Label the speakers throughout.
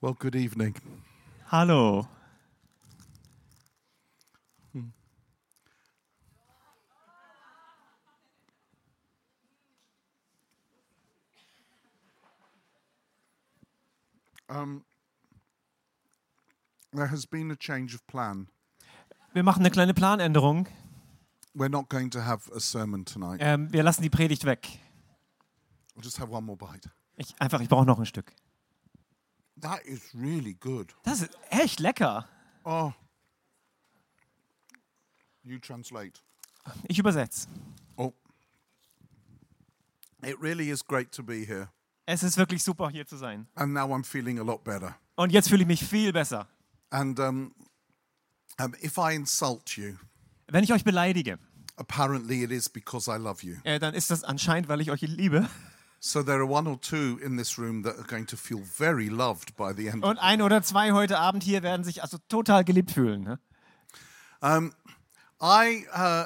Speaker 1: Well, good evening.
Speaker 2: Hallo.
Speaker 1: Um, there has been a change of plan.
Speaker 2: Wir machen eine kleine Planänderung.
Speaker 1: We're not going to have a sermon tonight.
Speaker 2: Ähm, wir lassen die Predigt weg.
Speaker 1: We'll just have one more bite.
Speaker 2: Ich, einfach, ich brauche noch ein Stück.
Speaker 1: That is really good.
Speaker 2: Das ist echt lecker.
Speaker 1: Oh. You translate.
Speaker 2: Ich übersetze.
Speaker 1: Oh. It really is great to be here.
Speaker 2: Es ist wirklich super, hier zu sein.
Speaker 1: And now I'm feeling a lot better.
Speaker 2: Und jetzt fühle ich mich viel besser.
Speaker 1: And um, um, if I insult you,
Speaker 2: Wenn ich euch beleidige,
Speaker 1: apparently it is because I love you.
Speaker 2: äh, dann ist das anscheinend, weil ich euch liebe.
Speaker 1: So there are one or two in this room that are going to feel very loved by the end.
Speaker 2: Und ein oder zwei heute Abend hier werden sich also total geliebt fühlen. Ne?
Speaker 1: I uh,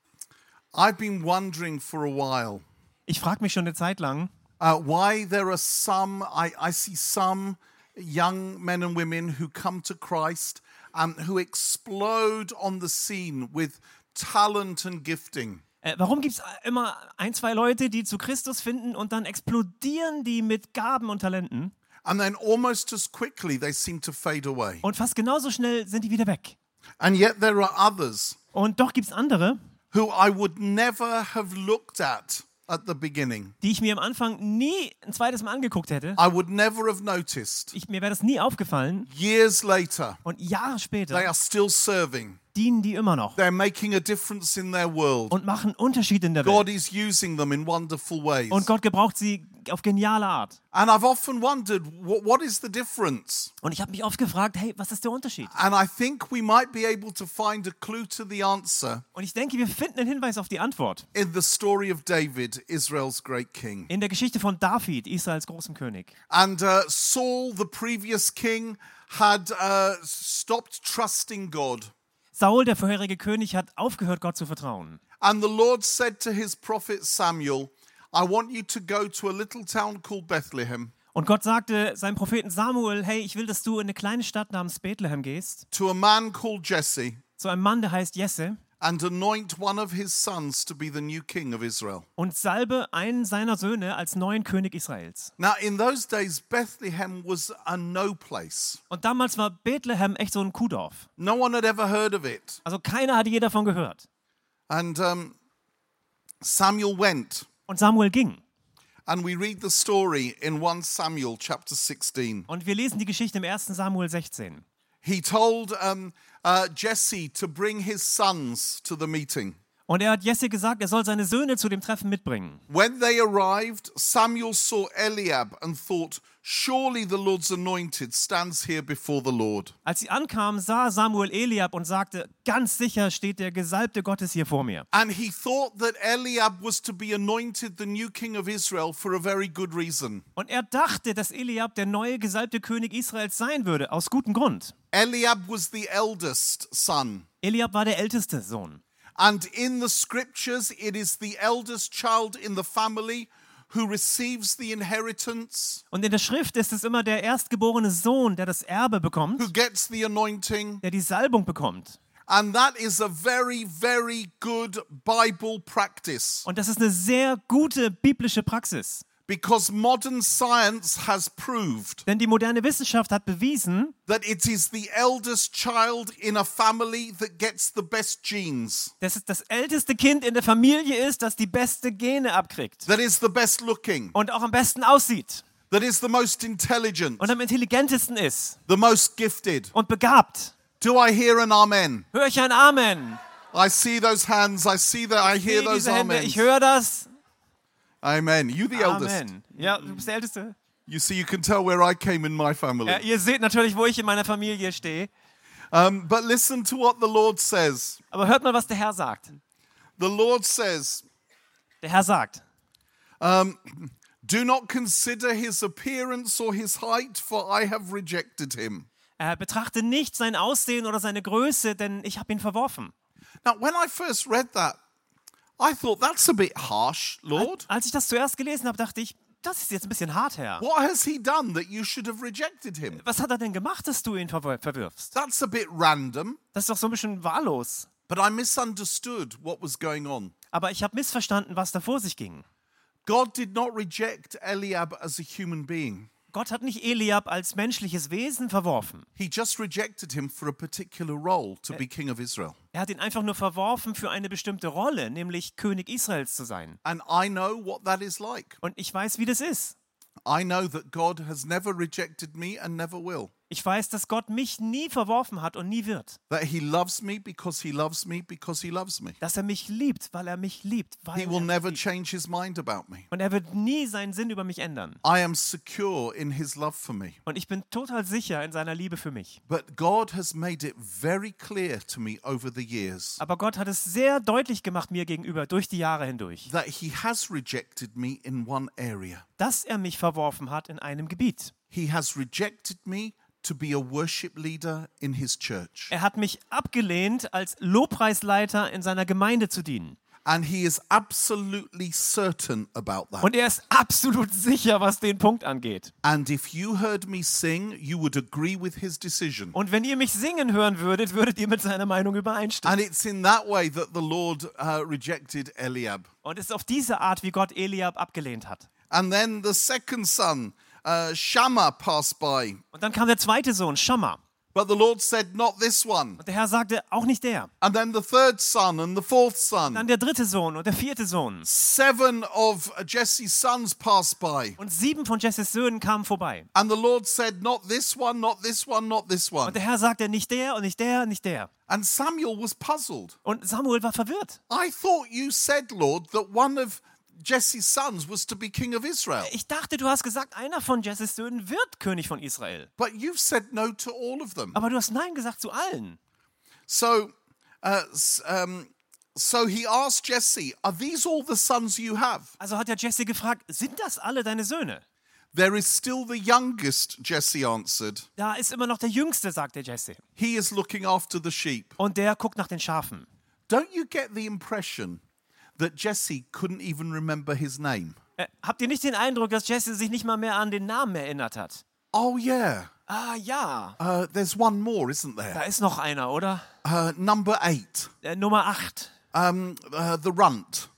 Speaker 1: I've been wondering for a while
Speaker 2: Ich frage mich schon eine Zeit lang,
Speaker 1: uh, why there are some I, I see some young men and women who come to Christ and who explode on the scene with talent and gifting.
Speaker 2: äh, warum gibt es immer ein, zwei Leute, die zu Christus finden und dann explodieren die mit Gaben und Talenten
Speaker 1: And then almost as quickly they seem to fade away.
Speaker 2: und fast genauso schnell sind die wieder weg.
Speaker 1: And yet there are others
Speaker 2: Und doch gibt es andere,
Speaker 1: who I would never have looked at at the beginning.
Speaker 2: die ich mir am Anfang nie ein zweites Mal angeguckt hätte.
Speaker 1: I would never have noticed.
Speaker 2: Ich, mir wäre das nie aufgefallen.
Speaker 1: Years later,
Speaker 2: Und Jahre
Speaker 1: they
Speaker 2: später
Speaker 1: are still serving.
Speaker 2: dienen die immer noch
Speaker 1: They're making a difference in their world.
Speaker 2: und machen Unterschied in der Welt.
Speaker 1: God is using them in wonderful ways.
Speaker 2: Und Gott gebraucht sie auf geniale Art.
Speaker 1: And I've often wondered wh- what is the difference?
Speaker 2: Und ich habe mich oft gefragt, hey, was ist der Unterschied?
Speaker 1: And I think we might be able to find a clue to the answer
Speaker 2: Und ich denke, wir finden einen Hinweis auf die Antwort
Speaker 1: in the story of David, Israel's great king.
Speaker 2: in der Geschichte von David, Israels großem König.
Speaker 1: And uh, Saul, the previous king, had uh, stopped trusting God.
Speaker 2: Saul, der vorherige König, hat aufgehört, Gott zu vertrauen.
Speaker 1: And the Lord said to his prophet Samuel, I want you to go to a little town called Bethlehem,
Speaker 2: Und Gott sagte seinem Propheten Samuel, hey, ich will, dass du in eine kleine Stadt namens Bethlehem gehst,
Speaker 1: to a man called Jesse,
Speaker 2: zu einem Mann, der heißt Jesse,
Speaker 1: and anoint one of his sons to be the new king of Israel.
Speaker 2: und salbe einen seiner Söhne als neuen König Israels.
Speaker 1: Now, in those days, Bethlehem was a no place.
Speaker 2: Und damals war Bethlehem echt so ein Kuhdorf.
Speaker 1: No one had ever heard of it.
Speaker 2: Also keiner hatte je davon gehört.
Speaker 1: And um, Samuel went,
Speaker 2: Und Samuel ging.
Speaker 1: and we read the story in 1 Samuel chapter 16.
Speaker 2: Und wir lesen die Geschichte im 1. Samuel 16.
Speaker 1: He told um, uh, Jesse to bring his sons to the meeting.
Speaker 2: Und er hat Jesse gesagt, er soll seine Söhne zu dem Treffen mitbringen.
Speaker 1: When they arrived, Samuel saw Eliab and thought, Surely the Lord's anointed stands here before the Lord.
Speaker 2: Als sie ankamen, sah Samuel Eliab und sagte, ganz sicher steht der Gesalbte Gottes hier vor mir.
Speaker 1: And he thought that Eliab was to be anointed the new king of Israel for a very good reason.
Speaker 2: Und er dachte, dass Eliab der neue gesalbte König Israels sein würde, aus gutem Grund.
Speaker 1: Eliab was the eldest son.
Speaker 2: Eliab war der älteste Sohn.
Speaker 1: And in the scriptures, it is the eldest child in the family who receives the inheritance,
Speaker 2: Und in der Schrift ist es immer der erstgeborene Sohn, der das Erbe
Speaker 1: who
Speaker 2: bekommt,
Speaker 1: gets the anointing.
Speaker 2: der die Salbung bekommt.
Speaker 1: And that is a very, very good Bible practice.
Speaker 2: Und das ist eine sehr gute biblische Praxis.
Speaker 1: Because modern science has proved
Speaker 2: Denn die moderne Wissenschaft hat bewiesen,
Speaker 1: that it is the eldest child in a family that gets the best genes,
Speaker 2: dass es das älteste Kind in der Familie ist, das die beste Gene abkriegt
Speaker 1: that is the best looking,
Speaker 2: und auch am besten aussieht
Speaker 1: that is the most intelligent,
Speaker 2: und am intelligentesten ist
Speaker 1: the most gifted.
Speaker 2: und begabt.
Speaker 1: Do I hear an amen?
Speaker 2: Hör ich ein Amen.
Speaker 1: I see those hands. I see that. I hear
Speaker 2: Sehe
Speaker 1: those
Speaker 2: diese Hände, ich
Speaker 1: amens.
Speaker 2: höre das.
Speaker 1: Amen. You the eldest.
Speaker 2: Amen. Ja, du bist der Älteste.
Speaker 1: You see, you can tell where I came in my
Speaker 2: Ja,
Speaker 1: family.
Speaker 2: ihr seht natürlich, wo ich in meiner Familie stehe.
Speaker 1: Um, but listen to what the Lord says.
Speaker 2: Aber hört mal, was der Herr sagt.
Speaker 1: The Lord says,
Speaker 2: Der Herr sagt,
Speaker 1: Do not consider his appearance or his height, for I have rejected him.
Speaker 2: äh, betrachte nicht sein Aussehen oder seine Größe, denn ich habe ihn verworfen.
Speaker 1: Now, when I first read that, I thought that's a bit harsh, Lord.
Speaker 2: Als ich das zuerst gelesen habe, dachte ich, das ist jetzt ein bisschen hart, Herr.
Speaker 1: What has he done that you should have rejected him?
Speaker 2: Was hat er denn gemacht, dass du ihn verw verwirfst?
Speaker 1: That's a bit random,
Speaker 2: Das ist doch so ein bisschen wahllos.
Speaker 1: but I misunderstood what was going on.
Speaker 2: Aber ich habe missverstanden, was da vor sich ging.
Speaker 1: God did not reject Eliab as a human being.
Speaker 2: Gott hat nicht Eliab als menschliches Wesen verworfen.
Speaker 1: He just rejected him for a particular role to be king of Israel.
Speaker 2: Er hat ihn einfach nur verworfen für eine bestimmte Rolle, nämlich König Israels zu sein.
Speaker 1: And I know what that is like.
Speaker 2: Und ich weiß, wie das ist.
Speaker 1: I know that God has never rejected me and never will.
Speaker 2: Ich weiß, dass Gott mich nie verworfen hat und nie wird.
Speaker 1: That he loves me because he loves me because he loves me.
Speaker 2: Dass er mich liebt, weil er mich liebt. Weil
Speaker 1: He will
Speaker 2: er
Speaker 1: never change his mind about me.
Speaker 2: und er wird nie seinen Sinn über mich ändern.
Speaker 1: I am secure in his love for me.
Speaker 2: Und ich bin total sicher in seiner Liebe für mich.
Speaker 1: But God has made it very clear to me over the years
Speaker 2: Aber Gott hat es sehr deutlich gemacht mir gegenüber durch die Jahre hindurch,
Speaker 1: that he has rejected me in one area.
Speaker 2: dass er mich verworfen hat in einem Gebiet.
Speaker 1: He has rejected me to be a worship leader in his church.
Speaker 2: Er hat mich abgelehnt, als Lobpreisleiter in seiner Gemeinde zu dienen.
Speaker 1: And he is absolutely certain about that.
Speaker 2: Und er ist absolut sicher, was den Punkt angeht.
Speaker 1: And if you heard me sing, you would agree with his decision.
Speaker 2: Und wenn ihr mich singen hören würdet, würdet ihr mit seiner Meinung übereinstimmen.
Speaker 1: And it's in that way that the Lord uh, rejected Eliab.
Speaker 2: Und es ist auf diese Art, wie Gott Eliab abgelehnt hat.
Speaker 1: And then the second son, uh, Shammah, passed by.
Speaker 2: Und dann kam der zweite Sohn, Schammer.
Speaker 1: But the Lord said, Not this one.
Speaker 2: Und der Herr sagte, auch nicht der.
Speaker 1: And then the third son and the fourth
Speaker 2: Dann
Speaker 1: son.
Speaker 2: der dritte Sohn und der vierte Sohn.
Speaker 1: Seven of Jesse's sons passed by.
Speaker 2: Und sieben von Jesses Söhnen kamen vorbei.
Speaker 1: And the Lord said, Not this one, not this one, not this one.
Speaker 2: Und der Herr sagte, nicht der und nicht der, nicht der.
Speaker 1: And Samuel was puzzled.
Speaker 2: Und Samuel war verwirrt.
Speaker 1: I thought you said, Lord, that one of Jesse's sons was to be king of Israel.
Speaker 2: Ich dachte, du hast gesagt, einer von Jesses Söhnen wird König von Israel.
Speaker 1: But you've said no to all of them.
Speaker 2: Aber du hast Nein gesagt zu allen.
Speaker 1: So, uh, s- um, so he asked Jesse, "Are these all the sons you have?"
Speaker 2: Also hat ja Jesse gefragt, sind das alle deine Söhne?
Speaker 1: There is still the youngest. Jesse answered.
Speaker 2: Da ist immer noch der Jüngste, sagte Jesse.
Speaker 1: He is looking after the sheep.
Speaker 2: Und der guckt nach den Schafen.
Speaker 1: Don't you get the impression that Jesse couldn't even remember his name?
Speaker 2: Äh, habt ihr nicht den Eindruck, dass Jesse sich nicht mal mehr an den Namen erinnert hat?
Speaker 1: Oh yeah.
Speaker 2: Ah ja,
Speaker 1: Uh, there's one more, isn't
Speaker 2: da
Speaker 1: there?
Speaker 2: ist noch einer, oder?
Speaker 1: Uh, number eight.
Speaker 2: Äh, Nummer 8,
Speaker 1: Um, uh, the runt.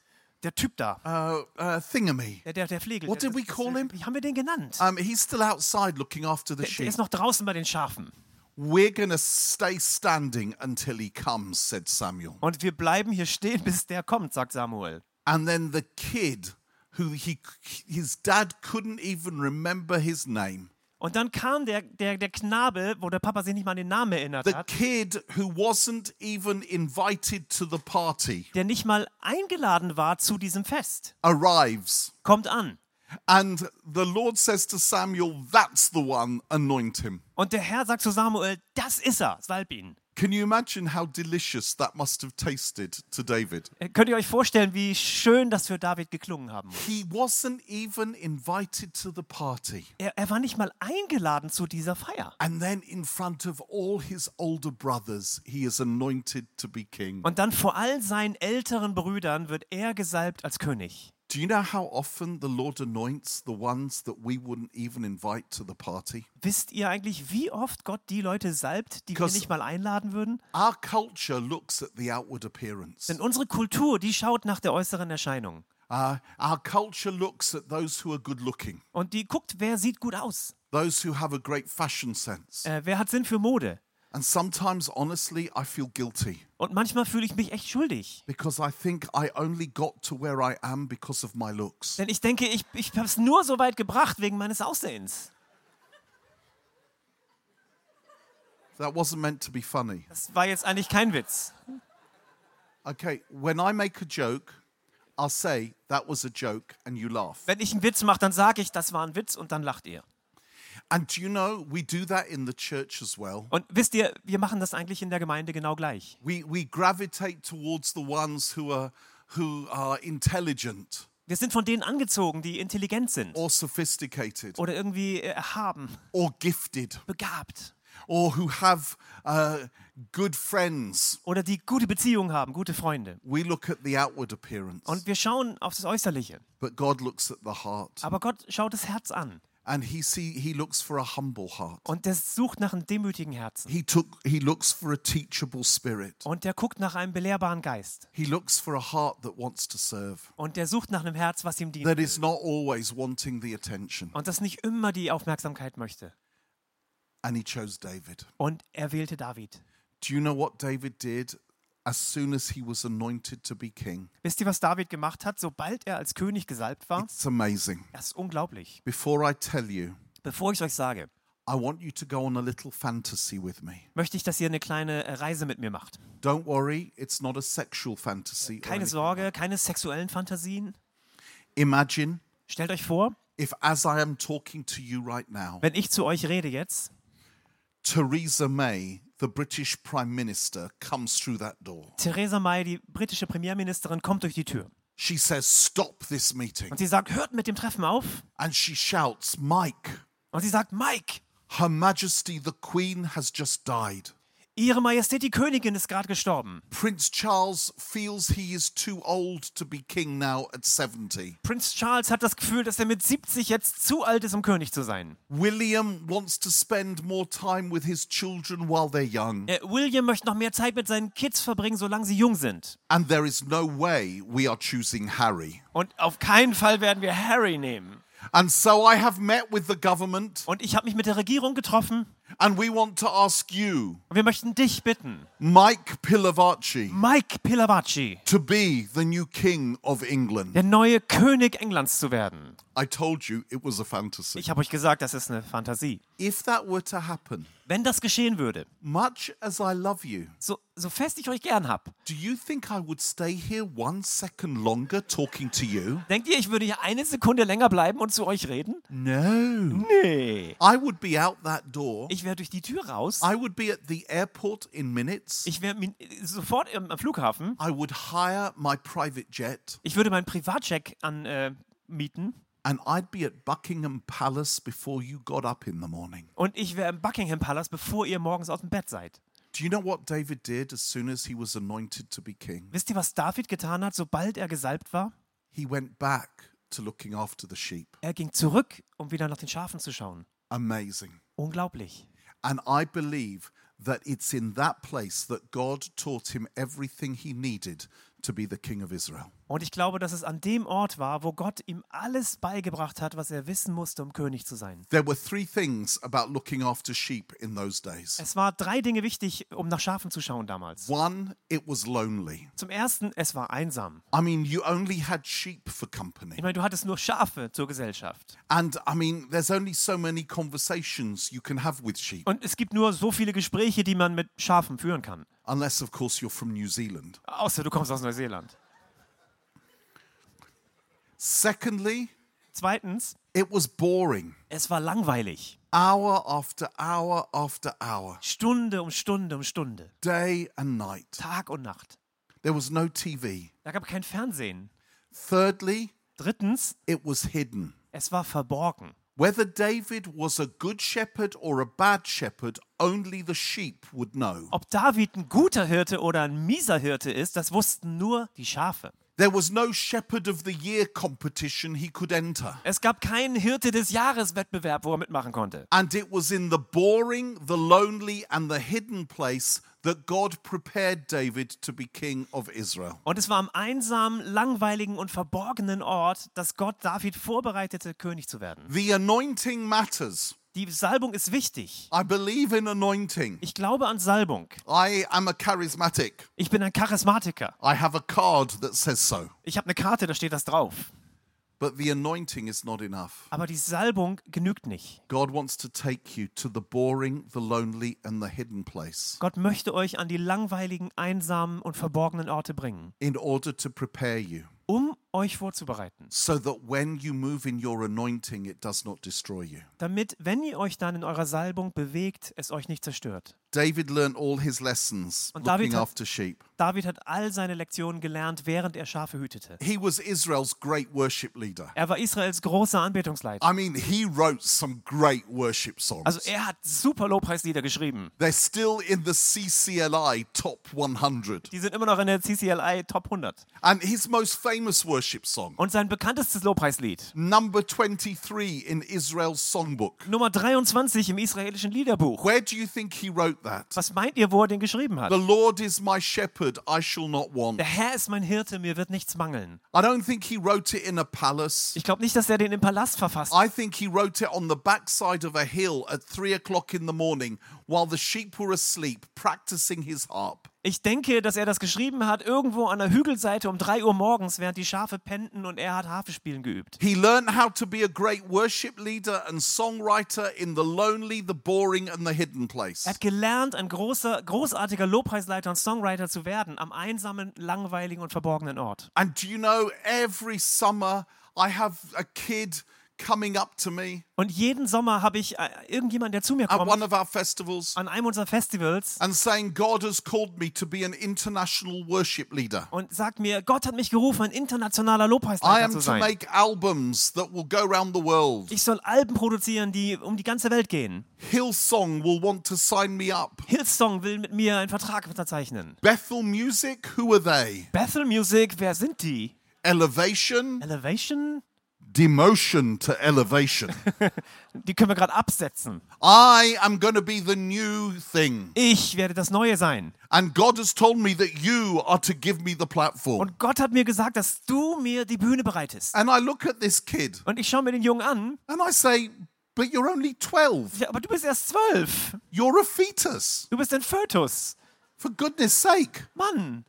Speaker 2: der Typ da,
Speaker 1: Uh, uh, Thingamy.
Speaker 2: der, der, der Flegel.
Speaker 1: What
Speaker 2: der,
Speaker 1: did we call him?
Speaker 2: Wie haben wir den genannt?
Speaker 1: Um, he's still outside looking after the
Speaker 2: Der
Speaker 1: sheep.
Speaker 2: ist noch draußen bei den Schafen.
Speaker 1: We're going to stay standing until he comes, said Samuel.
Speaker 2: Und wir bleiben hier stehen, bis der kommt, sagt Samuel.
Speaker 1: and then the kid who he his dad couldn't even remember his name
Speaker 2: Und dann kam der, der, der Knabe, wo der Papa sich nicht mal an den Namen erinnert
Speaker 1: the
Speaker 2: hat,
Speaker 1: kid who wasn't even invited to the party
Speaker 2: der nicht mal eingeladen war zu diesem Fest.
Speaker 1: arrives
Speaker 2: Kommt an.
Speaker 1: and the lord says to samuel that's the one anoint him
Speaker 2: Und der Herr sagt zu Samuel, das ist er, salb ihn.
Speaker 1: can you imagine how delicious that must have tasted to david
Speaker 2: Äh, Könnt ihr euch vorstellen, wie schön das für David geklungen haben muss?
Speaker 1: he wasn't even invited to the party
Speaker 2: Er, er war nicht mal eingeladen zu dieser Feier.
Speaker 1: and then in front of all his older brothers he is anointed to be king
Speaker 2: Und dann vor all seinen älteren Brüdern wird er gesalbt als König.
Speaker 1: Do you know how often the Lord anoints the ones that we wouldn't even invite to the party?
Speaker 2: Wisst ihr eigentlich, wie oft Gott die Leute salbt, die wir
Speaker 1: Because-
Speaker 2: nicht mal einladen würden?
Speaker 1: Our culture looks at the outward appearance.
Speaker 2: Denn unsere Kultur, die schaut nach der äußeren Erscheinung.
Speaker 1: Uh, our culture looks at those who are good looking,
Speaker 2: Und die guckt, wer sieht gut aus?
Speaker 1: those who have a great fashion sense.
Speaker 2: Äh, wer hat Sinn für Mode?
Speaker 1: And sometimes, honestly, I feel guilty
Speaker 2: Und manchmal fühle ich mich echt schuldig.
Speaker 1: because I think I only got to where I am because of my looks.
Speaker 2: Denn ich denke, ich, ich habe es nur so weit gebracht wegen meines Aussehens.
Speaker 1: That wasn't meant to be funny.
Speaker 2: Das war jetzt eigentlich kein Witz.
Speaker 1: Okay, when I make a joke, I'll say, that was a joke, and you laugh.
Speaker 2: Wenn ich einen Witz mache, dann sage ich, das war ein Witz und dann lacht ihr.
Speaker 1: And do you know, we do that in the church as well.
Speaker 2: Und wisst ihr, wir machen das eigentlich in der Gemeinde genau gleich.
Speaker 1: We, we gravitate towards the ones who are, who are intelligent
Speaker 2: Wir sind von denen angezogen, die intelligent sind
Speaker 1: or sophisticated
Speaker 2: oder irgendwie äh, erhaben,
Speaker 1: or gifted.
Speaker 2: begabt.
Speaker 1: or who have uh, good friends.
Speaker 2: oder die gute Beziehungen haben, gute Freunde.
Speaker 1: We look at the outward appearance,
Speaker 2: Und wir schauen auf das Äußerliche.
Speaker 1: but God looks at the heart,
Speaker 2: Aber Gott schaut das Herz an
Speaker 1: and He see He looks for a humble heart.
Speaker 2: und der sucht nach einem demütigen Herzen.
Speaker 1: He took He looks for a teachable spirit.
Speaker 2: Und der guckt nach einem belehrbaren Geist.
Speaker 1: He looks for a heart that wants to serve,
Speaker 2: Und der sucht nach einem Herz, was ihm dient.
Speaker 1: that is not always wanting the attention.
Speaker 2: Und das nicht immer die Aufmerksamkeit möchte.
Speaker 1: And He chose David.
Speaker 2: Und er wählte David.
Speaker 1: Do you know what David did as soon as he was anointed to be king?
Speaker 2: Wisst ihr, was David gemacht hat, sobald er als König gesalbt war?
Speaker 1: It's amazing.
Speaker 2: Das ist unglaublich.
Speaker 1: Before I tell you,
Speaker 2: Bevor ich euch sage,
Speaker 1: I want you to go on a little fantasy with me.
Speaker 2: möchte ich, dass ihr eine kleine äh, Reise mit mir macht.
Speaker 1: Don't worry, it's not a sexual fantasy. or
Speaker 2: Keine
Speaker 1: anything.
Speaker 2: Sorge, keine sexuellen Fantasien.
Speaker 1: Imagine
Speaker 2: Stellt euch vor,
Speaker 1: if, as I am talking to you right now,
Speaker 2: wenn ich zu euch rede jetzt,
Speaker 1: Theresa May, the British Prime Minister, comes through that door.
Speaker 2: Theresa May, die britische Premierministerin, kommt durch die Tür.
Speaker 1: She says, Stop this meeting.
Speaker 2: Und sie sagt, hört mit dem Treffen auf.
Speaker 1: And she shouts, Mike,
Speaker 2: Und sie sagt, Mike,
Speaker 1: Her Majesty the Queen has just died.
Speaker 2: Ihre Majestät die Königin ist gerade gestorben.
Speaker 1: Prince Charles feels he is too old to be king now at 70.
Speaker 2: Prinz Charles hat das Gefühl, dass er mit 70 jetzt zu alt ist, um König zu sein.
Speaker 1: William wants to spend more time with his children while they're young.
Speaker 2: Äh, William möchte noch mehr Zeit mit seinen Kids verbringen, solange sie jung sind.
Speaker 1: And there is no way we are choosing Harry.
Speaker 2: Und auf keinen Fall werden wir Harry nehmen.
Speaker 1: And so I have met with the government,
Speaker 2: Und ich habe mich mit der Regierung getroffen
Speaker 1: and we want to ask you,
Speaker 2: und wir möchten dich bitten,
Speaker 1: Mike Pilavacci,
Speaker 2: Mike Pilavacci,
Speaker 1: to be the new king of England.
Speaker 2: der neue König Englands zu werden.
Speaker 1: I told you it was a fantasy.
Speaker 2: Ich habe euch gesagt, das ist eine Fantasie.
Speaker 1: If that were to happen,
Speaker 2: Wenn das geschehen würde,
Speaker 1: much as I love you,
Speaker 2: so, so fest ich euch gern hab,
Speaker 1: do you think I would stay here one second longer talking to you?
Speaker 2: denkt ihr, ich würde hier eine Sekunde länger bleiben und zu euch reden?
Speaker 1: No.
Speaker 2: Nee.
Speaker 1: I would be out that door.
Speaker 2: Ich wäre durch die Tür raus.
Speaker 1: I would be at the airport in minutes.
Speaker 2: Ich wäre min- sofort im- am Flughafen.
Speaker 1: I would hire my private jet
Speaker 2: Ich würde meinen Privatcheck anmieten. Äh, mieten.
Speaker 1: and I'd be at Buckingham Palace before you got up in the morning.
Speaker 2: und ich wäre im Buckingham Palace, bevor ihr morgens aus dem Bett seid.
Speaker 1: Do you know what David did as soon as he was anointed to be king?
Speaker 2: Wisst ihr, was David getan hat, sobald er gesalbt war?
Speaker 1: He went back to looking after the sheep.
Speaker 2: Er ging zurück, um wieder nach den Schafen zu schauen.
Speaker 1: Amazing.
Speaker 2: Unglaublich.
Speaker 1: And I believe that it's in that place that God taught him everything he needed to be the king of Israel.
Speaker 2: Und ich glaube, dass es an dem Ort war, wo Gott ihm alles beigebracht hat, was er wissen musste, um König zu sein.
Speaker 1: There were three things about looking after sheep in those days.
Speaker 2: Es war drei Dinge wichtig, um nach Schafen zu schauen damals.
Speaker 1: One, it was lonely.
Speaker 2: Zum ersten, es war einsam.
Speaker 1: I mean, you only had sheep for company.
Speaker 2: Ich meine, du hattest nur Schafe zur Gesellschaft.
Speaker 1: And I mean, there's only so many conversations you can have with sheep,
Speaker 2: Und es gibt nur so viele Gespräche, die man mit Schafen führen kann.
Speaker 1: unless, of course, you're from New Zealand.
Speaker 2: Außer du kommst aus Neuseeland.
Speaker 1: Secondly,
Speaker 2: Zweitens,
Speaker 1: it was boring.
Speaker 2: es war langweilig.
Speaker 1: Hour after hour after hour,
Speaker 2: Stunde um Stunde um Stunde.
Speaker 1: day and night.
Speaker 2: Tag und Nacht.
Speaker 1: There was no TV.
Speaker 2: Da gab es kein Fernsehen.
Speaker 1: Thirdly,
Speaker 2: Drittens,
Speaker 1: it was hidden.
Speaker 2: es war verborgen.
Speaker 1: Whether David was a good shepherd or a bad shepherd, only the sheep would know.
Speaker 2: Ob David ein guter Hirte oder ein mieser Hirte ist, das wussten nur die Schafe.
Speaker 1: There was no shepherd of the year competition he could enter.
Speaker 2: Es gab keinen Hirte des Jahres Wettbewerb, wo er mitmachen konnte.
Speaker 1: And it was in the boring, the lonely, and the hidden place that God prepared David to be king of Israel.
Speaker 2: Und es war am einsamen, langweiligen und verborgenen Ort, dass Gott David vorbereitete, König zu werden.
Speaker 1: The anointing matters.
Speaker 2: Die Salbung ist wichtig.
Speaker 1: I believe in anointing.
Speaker 2: Ich glaube an Salbung.
Speaker 1: I am a charismatic.
Speaker 2: Ich bin ein Charismatiker.
Speaker 1: I have a card that says so.
Speaker 2: Ich habe eine Karte, da steht das drauf.
Speaker 1: But the anointing is not enough.
Speaker 2: Aber die Salbung genügt nicht.
Speaker 1: God wants to take you to the boring, the lonely, and the hidden place
Speaker 2: Gott möchte euch an die langweiligen, einsamen und verborgenen Orte bringen,
Speaker 1: in order to prepare you
Speaker 2: um euch vorzubereiten.
Speaker 1: so that when you move in your anointing, it does not destroy you.
Speaker 2: Damit, wenn ihr euch dann in eurer Salbung bewegt, es euch nicht zerstört.
Speaker 1: David learned all his lessons
Speaker 2: Und David
Speaker 1: looking
Speaker 2: hat-
Speaker 1: after sheep.
Speaker 2: David hat all seine Lektionen gelernt, während er Schafe hütete.
Speaker 1: He was Israel's great worship leader.
Speaker 2: Er war Israels großer Anbetungsleiter.
Speaker 1: I mean, he wrote some great worship songs.
Speaker 2: Also er hat super Lobpreislieder geschrieben.
Speaker 1: They're still in the CCLI top 100.
Speaker 2: Die sind immer noch in der CCLI Top 100.
Speaker 1: And his most famous worship song,
Speaker 2: Und sein bekanntestes Lobpreislied,
Speaker 1: number 23 in Israel's songbook.
Speaker 2: Nummer 23 im israelischen Liederbuch.
Speaker 1: Where do you think he wrote that?
Speaker 2: Was meint ihr, wo er den geschrieben hat?
Speaker 1: The Lord is my shepherd, I shall not want.
Speaker 2: Der Herr ist mein Hirte, mir wird nichts mangeln.
Speaker 1: I don't think he wrote it in a palace.
Speaker 2: Ich glaube nicht, dass er den im Palast verfasst.
Speaker 1: I think he wrote it on the backside of a hill at three o'clock in the morning while the sheep were asleep, practicing his harp.
Speaker 2: Ich denke, dass er das geschrieben hat irgendwo an der Hügelseite um 3 Uhr morgens, während die Schafe pennten und er hat Harfe spielen geübt.
Speaker 1: He learned how to be a great worship leader and songwriter in the lonely, the boring, and the hidden place.
Speaker 2: Er hat gelernt, ein großer, großartiger Lobpreisleiter und Songwriter zu werden, am einsamen, langweiligen und verborgenen Ort.
Speaker 1: And do you know, every summer I have a kid coming up to me
Speaker 2: Und jeden Sommer habe ich äh, irgendjemanden, der zu mir
Speaker 1: at
Speaker 2: kommt,
Speaker 1: one of our festivals
Speaker 2: an einem unserer Festivals
Speaker 1: and saying, God has called me to be an international worship leader.
Speaker 2: und sagt mir, Gott hat mich gerufen, ein internationaler
Speaker 1: Oh, I
Speaker 2: Lobpreisleiter
Speaker 1: am
Speaker 2: zu
Speaker 1: to
Speaker 2: sein.
Speaker 1: make albums that will go round the world.
Speaker 2: Ich soll Alben produzieren, die um die ganze Welt gehen.
Speaker 1: Hillsong will want to sign me up.
Speaker 2: Hillsong will mit mir einen Vertrag unterzeichnen.
Speaker 1: Bethel Music, who are they?
Speaker 2: Bethel Music, wer sind die?
Speaker 1: Elevation,
Speaker 2: Elevation?
Speaker 1: demotion to elevation.
Speaker 2: Die können wir gerade absetzen.
Speaker 1: I am going to be the new thing.
Speaker 2: Ich werde das Neue sein.
Speaker 1: And God has told me that you are to give me the platform.
Speaker 2: Und Gott hat mir gesagt, dass du mir die Bühne bereitest.
Speaker 1: And I look at this kid
Speaker 2: Und ich schaue mir den Jungen an.
Speaker 1: and I say, But you're only 12.
Speaker 2: Ja, aber du bist erst zwölf.
Speaker 1: You're a fetus.
Speaker 2: Du bist ein Fötus.
Speaker 1: For goodness sake.
Speaker 2: Mann,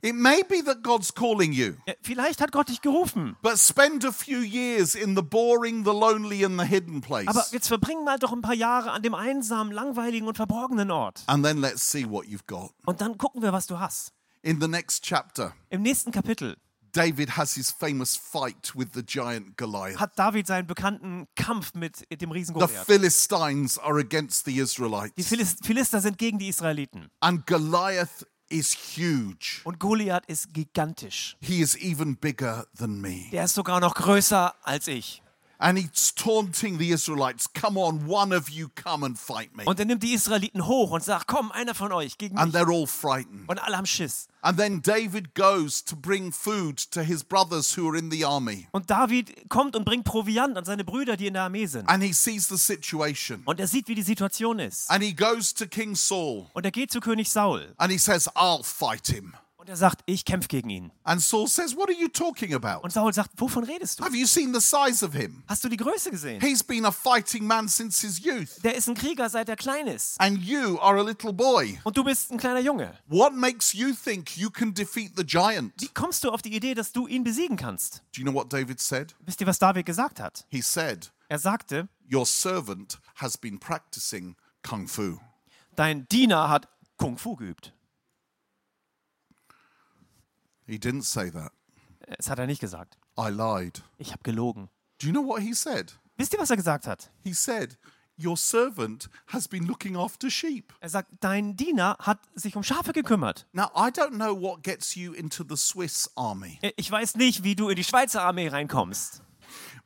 Speaker 1: It may be that God's calling you,
Speaker 2: ja, vielleicht hat Gott dich gerufen.
Speaker 1: but spend a few years in the boring, the lonely, and the hidden place.
Speaker 2: Aber jetzt verbring mal doch ein paar Jahre an dem einsamen, langweiligen und verborgenen Ort.
Speaker 1: And then let's see what you've got.
Speaker 2: Und dann gucken wir, was du hast.
Speaker 1: In the next chapter,
Speaker 2: Im nächsten Kapitel
Speaker 1: David has his famous fight with the giant Goliath.
Speaker 2: hat David seinen bekannten Kampf mit dem Riesen
Speaker 1: The
Speaker 2: Goliath.
Speaker 1: Philistines are against the
Speaker 2: Die
Speaker 1: Israelites.
Speaker 2: Philis- Philister sind gegen die Israeliten.
Speaker 1: And Goliath is huge.
Speaker 2: Und Goliath ist gigantisch.
Speaker 1: He is even bigger than me.
Speaker 2: Der ist sogar noch größer als ich.
Speaker 1: And he's taunting the Israelites Come on, one of you, come and fight me.
Speaker 2: Und er nimmt die Israeliten hoch und sagt, komm, einer von euch gegen mich.
Speaker 1: And they're all frightened.
Speaker 2: Und alle haben Schiss.
Speaker 1: And then David goes to bring food to his brothers who are in the army.
Speaker 2: Und David kommt und bringt Proviant an seine Brüder, die in der Armee sind.
Speaker 1: And he sees the situation.
Speaker 2: Und er sieht, wie die Situation ist.
Speaker 1: And he goes to King Saul
Speaker 2: Und er geht zu König Saul.
Speaker 1: and he says, I'll fight him.
Speaker 2: Und er sagt, ich kämpfe gegen ihn.
Speaker 1: And Saul says, What are you talking about?
Speaker 2: Und Saul sagt, wovon redest du?
Speaker 1: Have you seen the size of him?
Speaker 2: Hast du die Größe gesehen?
Speaker 1: He's been a fighting man since his youth,
Speaker 2: Der ist ein Krieger, seit er klein ist.
Speaker 1: and you are a little boy.
Speaker 2: Und du bist ein kleiner Junge.
Speaker 1: What makes you think you can defeat the giant?
Speaker 2: Wie kommst du auf die Idee, dass du ihn besiegen kannst?
Speaker 1: Do you know what David said?
Speaker 2: Wisst ihr, was David gesagt hat?
Speaker 1: He said,
Speaker 2: Er sagte,
Speaker 1: Your servant has been practicing kung fu.
Speaker 2: dein Diener hat Kung Fu geübt.
Speaker 1: He didn't say that.
Speaker 2: Das hat er nicht gesagt.
Speaker 1: I lied.
Speaker 2: Ich habe gelogen.
Speaker 1: Do you know what he said?
Speaker 2: Wisst ihr, was er gesagt hat?
Speaker 1: He said, Your servant has been looking after sheep.
Speaker 2: Er sagt, dein Diener hat sich um Schafe gekümmert.
Speaker 1: Now, I don't know what gets you into the Swiss army,
Speaker 2: Äh, Ich weiß nicht, wie du in die Schweizer Armee reinkommst.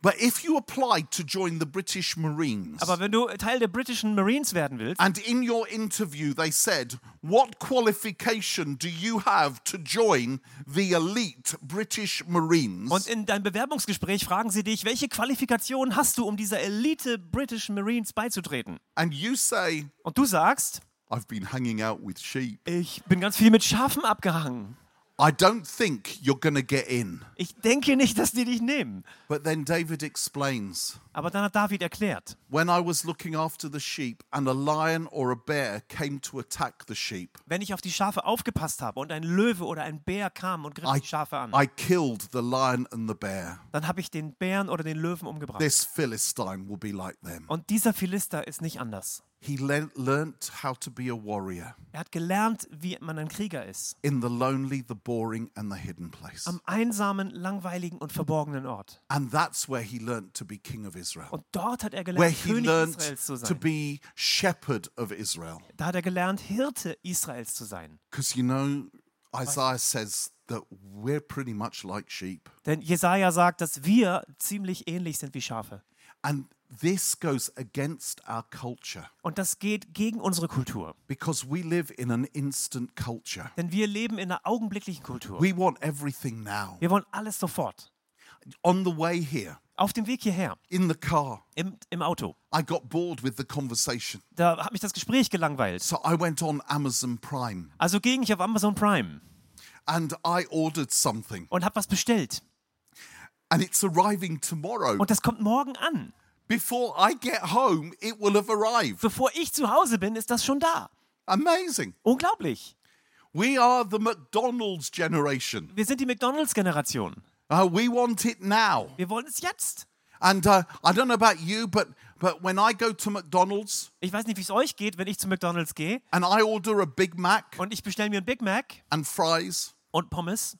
Speaker 1: but if you applied to join the British Marines,
Speaker 2: Aber wenn du Teil der britischen Marines werden willst,
Speaker 1: And in your interview, they said, What qualification do you have to join the elite British Marines?
Speaker 2: und in deinem Bewerbungsgespräch fragen sie dich, welche Qualifikation hast du, um dieser Elite British Marines beizutreten?
Speaker 1: and you say,
Speaker 2: Und du sagst,
Speaker 1: I've been hanging out with sheep.
Speaker 2: ich bin ganz viel mit Schafen abgehangen.
Speaker 1: I don't think you're going to get in.
Speaker 2: Ich denke nicht, dass die dich nehmen.
Speaker 1: But then David explains,
Speaker 2: Aber dann hat David erklärt,
Speaker 1: When I was looking after the sheep, and a lion or a bear came to attack the sheep,
Speaker 2: wenn ich auf die Schafe aufgepasst habe und ein Löwe oder ein Bär kam und griff
Speaker 1: I,
Speaker 2: die Schafe an,
Speaker 1: I killed the lion and the bear.
Speaker 2: dann habe ich den Bären oder den Löwen umgebracht.
Speaker 1: This Philistine will be like them.
Speaker 2: Und dieser Philister ist nicht anders.
Speaker 1: He le- learnt how to be a warrior
Speaker 2: Er hat gelernt, wie man ein Krieger ist.
Speaker 1: in the lonely, the boring, and the hidden place.
Speaker 2: Am einsamen, langweiligen und verborgenen Ort.
Speaker 1: and that's where he learnt to be king of Israel,
Speaker 2: Und dort hat er
Speaker 1: where
Speaker 2: gelernt,
Speaker 1: he
Speaker 2: König
Speaker 1: learnt
Speaker 2: Israels zu
Speaker 1: to
Speaker 2: sein.
Speaker 1: be shepherd of Israel.
Speaker 2: Da hat er gelernt, Hirte Israels zu sein.
Speaker 1: Because you know, Isaiah says that we're pretty much like sheep.
Speaker 2: Denn Jesaja sagt, dass wir ziemlich ähnlich sind wie Schafe.
Speaker 1: And this goes against our culture
Speaker 2: Und das geht gegen unsere Kultur.
Speaker 1: because we live in an instant culture.
Speaker 2: Denn wir leben in einer augenblicklichen Kultur.
Speaker 1: We want everything now.
Speaker 2: Wir wollen alles sofort.
Speaker 1: On the way here,
Speaker 2: Auf dem Weg hierher,
Speaker 1: in the car,
Speaker 2: im, im Auto,
Speaker 1: I got bored with the conversation.
Speaker 2: da hat mich das Gespräch gelangweilt.
Speaker 1: So I went on Amazon Prime
Speaker 2: Also ging ich auf Amazon Prime
Speaker 1: and I ordered something.
Speaker 2: und habe was bestellt.
Speaker 1: And it's arriving tomorrow.
Speaker 2: Und das kommt morgen an.
Speaker 1: Before I get home, it will have arrived.
Speaker 2: Bevor ich zu Hause bin, ist das schon da.
Speaker 1: Amazing.
Speaker 2: Unglaublich.
Speaker 1: We are the McDonald's generation.
Speaker 2: Wir sind die McDonalds-Generation.
Speaker 1: Uh, we want it now.
Speaker 2: Wir wollen es jetzt.
Speaker 1: And uh, I don't know about you, but but when I go to McDonald's
Speaker 2: Ich weiß nicht, wie es euch geht, wenn ich zu McDonalds gehe
Speaker 1: and I order a Big Mac
Speaker 2: und ich bestelle mir ein Big Mac
Speaker 1: and fries,
Speaker 2: und Pommes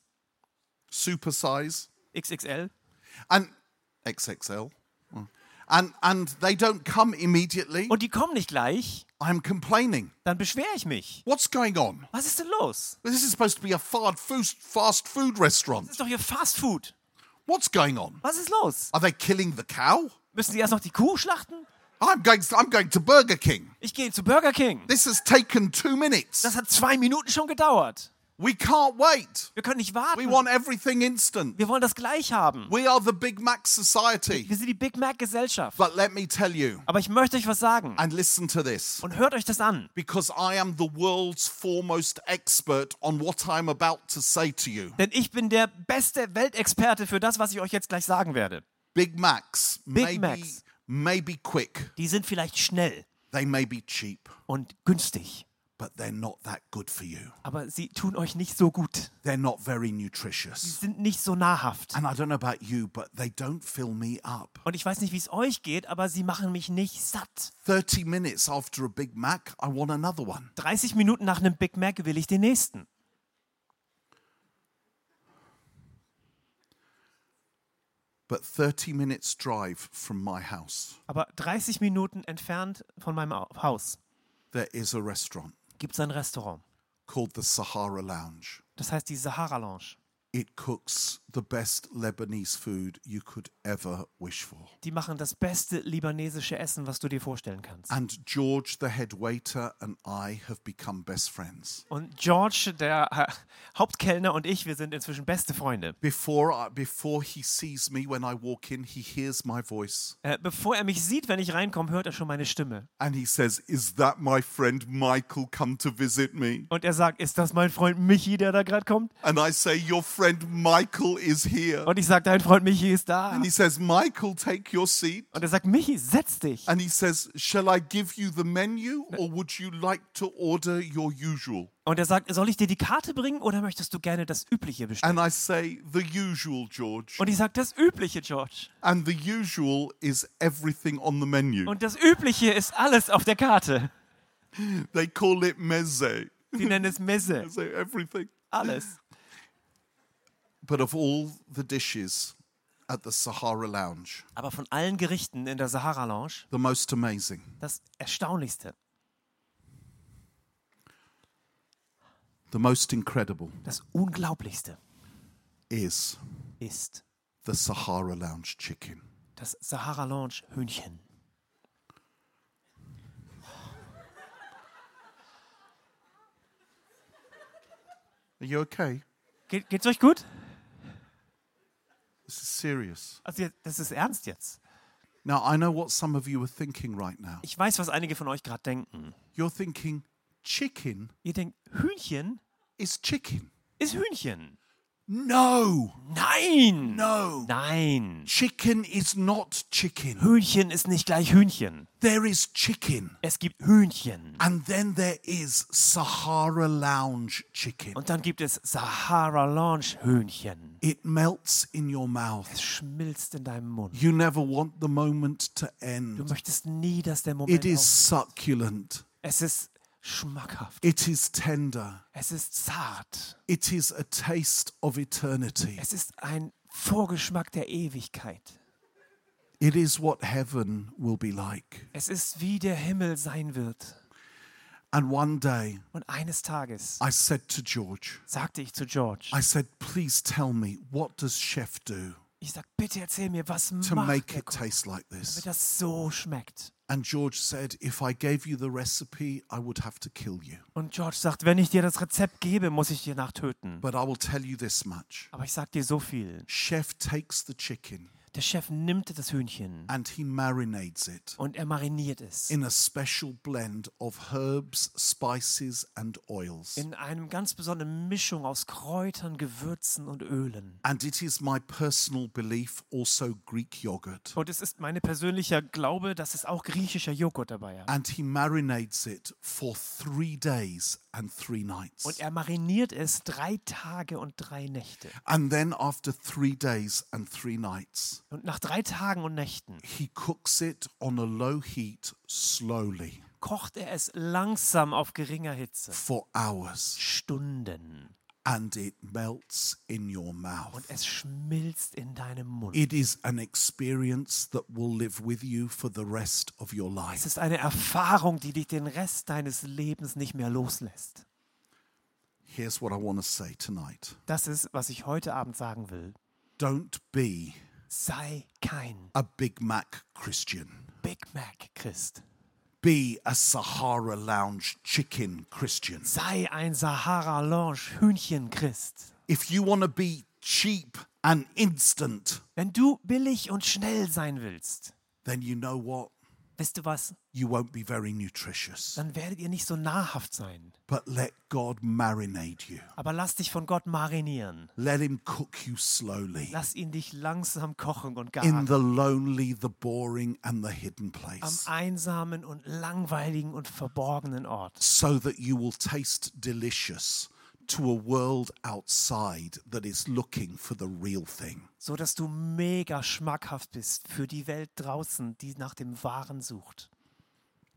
Speaker 1: super size
Speaker 2: XXL
Speaker 1: and XXL, mm, and and they don't come immediately,
Speaker 2: und die kommen nicht gleich,
Speaker 1: I'm complaining.
Speaker 2: dann beschwere ich mich.
Speaker 1: What's going on?
Speaker 2: Was ist denn los?
Speaker 1: This is supposed to be a fast food fast food
Speaker 2: Das
Speaker 1: restaurant.
Speaker 2: ist doch hier Fast Food.
Speaker 1: What's going on?
Speaker 2: Was ist los?
Speaker 1: Are they killing the cow?
Speaker 2: Müssen sie erst noch die Kuh schlachten?
Speaker 1: I'm going. I'm going to Burger King.
Speaker 2: Ich gehe zu Burger King.
Speaker 1: This has taken two minutes.
Speaker 2: Das hat zwei Minuten schon gedauert.
Speaker 1: We can't wait.
Speaker 2: Wir können nicht
Speaker 1: We
Speaker 2: warten.
Speaker 1: want everything instant.
Speaker 2: Wir wollen das gleich haben.
Speaker 1: We are the Big Mac society.
Speaker 2: Wir sind die Big Mac-Gesellschaft.
Speaker 1: But let me tell you,
Speaker 2: Aber ich möchte euch was sagen.
Speaker 1: and listen to this,
Speaker 2: Und hört euch das an.
Speaker 1: because I am the world's foremost expert on what I'm about to say to you.
Speaker 2: Denn ich bin der beste Weltexperte für das, was ich euch jetzt gleich sagen werde.
Speaker 1: Big Macs, maybe,
Speaker 2: Macs.
Speaker 1: maybe quick,
Speaker 2: Die sind vielleicht schnell
Speaker 1: they may be cheap,
Speaker 2: und günstig.
Speaker 1: but they're not that good for you.
Speaker 2: Aber sie tun euch nicht so gut.
Speaker 1: They're not very
Speaker 2: Sie
Speaker 1: nutritious.
Speaker 2: Sind nicht so nahrhaft.
Speaker 1: And I don't know about you, but they don't fill me up.
Speaker 2: Und ich weiß nicht, wie es euch geht, aber sie machen mich nicht satt.
Speaker 1: 30 minutes after a Big Mac, I want another one.
Speaker 2: 30 Minuten nach einem Big Mac will ich den nächsten.
Speaker 1: But 30 minutes drive from my house,
Speaker 2: Aber 30 Minuten entfernt von meinem Au- Haus
Speaker 1: there is a restaurant
Speaker 2: gibt es ein Restaurant.
Speaker 1: called the Sahara Lounge.
Speaker 2: Das heißt die Sahara Lounge.
Speaker 1: it cooks the best Lebanese food you could ever wish for.
Speaker 2: Die machen das beste libanesische Essen, was du dir vorstellen kannst.
Speaker 1: And George, the head waiter, and I have become best friends.
Speaker 2: Und George, der äh, Hauptkellner und ich, wir sind inzwischen beste Freunde.
Speaker 1: Before, I, before he sees me when I walk in, he hears my voice
Speaker 2: Äh, bevor er mich sieht, wenn ich reinkomme, hört er schon meine Stimme.
Speaker 1: and he says, Is that my friend Michael come to visit me?
Speaker 2: Und er sagt, ist das mein Freund Michi, der da gerade kommt?
Speaker 1: And I say, Your friend Michael is here.
Speaker 2: Und ich sage, dein Freund Michi ist da.
Speaker 1: And he says, Michael, take your seat.
Speaker 2: Und er sagt, Michi, setz dich.
Speaker 1: And he says, Shall I give you the menu or would you like to order your usual?
Speaker 2: Und er sagt, soll ich dir die Karte bringen oder möchtest du gerne das Übliche bestellen?
Speaker 1: And I say, The usual, George.
Speaker 2: Und ich sage, das Übliche, George.
Speaker 1: And the usual is everything on the menu.
Speaker 2: Und das Übliche ist alles auf der Karte.
Speaker 1: They call it meze.
Speaker 2: Die nennen es Messe.
Speaker 1: So everything.
Speaker 2: Alles.
Speaker 1: But of all the dishes at the Sahara Lounge,
Speaker 2: Aber von allen Gerichten in der Sahara Lounge,
Speaker 1: the most amazing
Speaker 2: das Erstaunlichste,
Speaker 1: the most incredible
Speaker 2: das Unglaublichste
Speaker 1: is
Speaker 2: ist
Speaker 1: the Sahara Lounge chicken.
Speaker 2: das Sahara Lounge Hühnchen.
Speaker 1: Are you okay?
Speaker 2: Geht, geht's euch gut?
Speaker 1: This is serious.
Speaker 2: Also jetzt- das ist ernst jetzt.
Speaker 1: Now, I know what some of you are thinking right now.
Speaker 2: Ich weiß, was einige von euch gerade denken.
Speaker 1: You're thinking chicken
Speaker 2: Ihr denkt, Hühnchen
Speaker 1: is chicken.
Speaker 2: ist Hühnchen.
Speaker 1: No,
Speaker 2: Nein!
Speaker 1: no.
Speaker 2: Nein!
Speaker 1: Chicken is not chicken.
Speaker 2: Hühnchen ist nicht gleich Hühnchen.
Speaker 1: There is chicken.
Speaker 2: Es gibt Hühnchen.
Speaker 1: And then there is Sahara Lounge chicken.
Speaker 2: Und dann gibt es Sahara Lounge Hühnchen.
Speaker 1: It melts in your mouth.
Speaker 2: Es schmilzt in deinem Mund.
Speaker 1: You never want the moment to
Speaker 2: Du
Speaker 1: end.
Speaker 2: möchtest nie, dass der Moment
Speaker 1: It is
Speaker 2: aufhört.
Speaker 1: succulent.
Speaker 2: Es ist schmackhaft.
Speaker 1: It is tender.
Speaker 2: Es ist zart.
Speaker 1: It is a taste of eternity.
Speaker 2: Es ist ein Vorgeschmack der Ewigkeit.
Speaker 1: It is what heaven will be like.
Speaker 2: Es ist wie der Himmel sein wird.
Speaker 1: And one day
Speaker 2: Und eines Tages
Speaker 1: I said to George,
Speaker 2: sagte ich zu George,
Speaker 1: I said, please tell me, what does chef do
Speaker 2: ich sag, bitte erzähl mir, was
Speaker 1: to
Speaker 2: macht
Speaker 1: make
Speaker 2: der
Speaker 1: it
Speaker 2: Koch,
Speaker 1: taste like
Speaker 2: damit
Speaker 1: this?
Speaker 2: das so schmeckt?
Speaker 1: And George said, if I gave you the recipe, I would have to kill you.
Speaker 2: Und George sagt, wenn ich dir das Rezept gebe, muss ich dir nachtöten.
Speaker 1: But I will tell you this much.
Speaker 2: Aber ich sag dir so viel.
Speaker 1: Chef takes the chicken
Speaker 2: Der Chef nimmt das Hühnchen
Speaker 1: and he marinades it
Speaker 2: und er mariniert es
Speaker 1: in a special blend of herbs, spices, and oils.
Speaker 2: in einem ganz besonderen Mischung aus Kräutern, Gewürzen und Ölen.
Speaker 1: And it is my personal belief, also Greek yogurt.
Speaker 2: Und es ist mein persönlicher Glaube, dass es auch griechischer Joghurt dabei hat.
Speaker 1: And he marinades it for three days and three
Speaker 2: Und
Speaker 1: nights.
Speaker 2: er mariniert es drei Tage und drei Nächte.
Speaker 1: And then after three days and three nights,
Speaker 2: Und nach drei Tagen und Nächten
Speaker 1: he cooks it on a low heat slowly
Speaker 2: kocht er es langsam auf geringer Hitze.
Speaker 1: for hours.
Speaker 2: Stunden.
Speaker 1: And it melts in your mouth.
Speaker 2: Und es schmilzt in deinem Mund.
Speaker 1: It is an experience that will live with you for the rest of your
Speaker 2: Es
Speaker 1: life.
Speaker 2: ist eine Erfahrung, die dich den Rest deines Lebens nicht mehr loslässt.
Speaker 1: Here's what I want to say tonight
Speaker 2: Das ist, was ich heute Abend sagen will.
Speaker 1: Don't be
Speaker 2: Sei kein
Speaker 1: a Big Mac Christian,
Speaker 2: Big Mac Christ.
Speaker 1: be a Sahara Lounge chicken Christian.
Speaker 2: Sei ein Sahara Lounge Hühnchen Christ.
Speaker 1: If you want to be cheap and instant,
Speaker 2: Wenn du billig und schnell sein willst,
Speaker 1: then you know what?
Speaker 2: wisst du was?
Speaker 1: You won't be very nutritious.
Speaker 2: Dann werdet ihr nicht so nahrhaft sein.
Speaker 1: But let God marinate you.
Speaker 2: Aber lass dich von Gott marinieren.
Speaker 1: Let Him cook you slowly
Speaker 2: Lass ihn dich langsam kochen und
Speaker 1: in
Speaker 2: garen.
Speaker 1: the lonely, the boring, and the hidden
Speaker 2: Am
Speaker 1: place.
Speaker 2: einsamen und langweiligen und verborgenen Ort.
Speaker 1: so that you will taste delicious to a world outside that is looking for the real thing.
Speaker 2: so dass du mega schmackhaft bist für die Welt draußen, die nach dem Wahren sucht.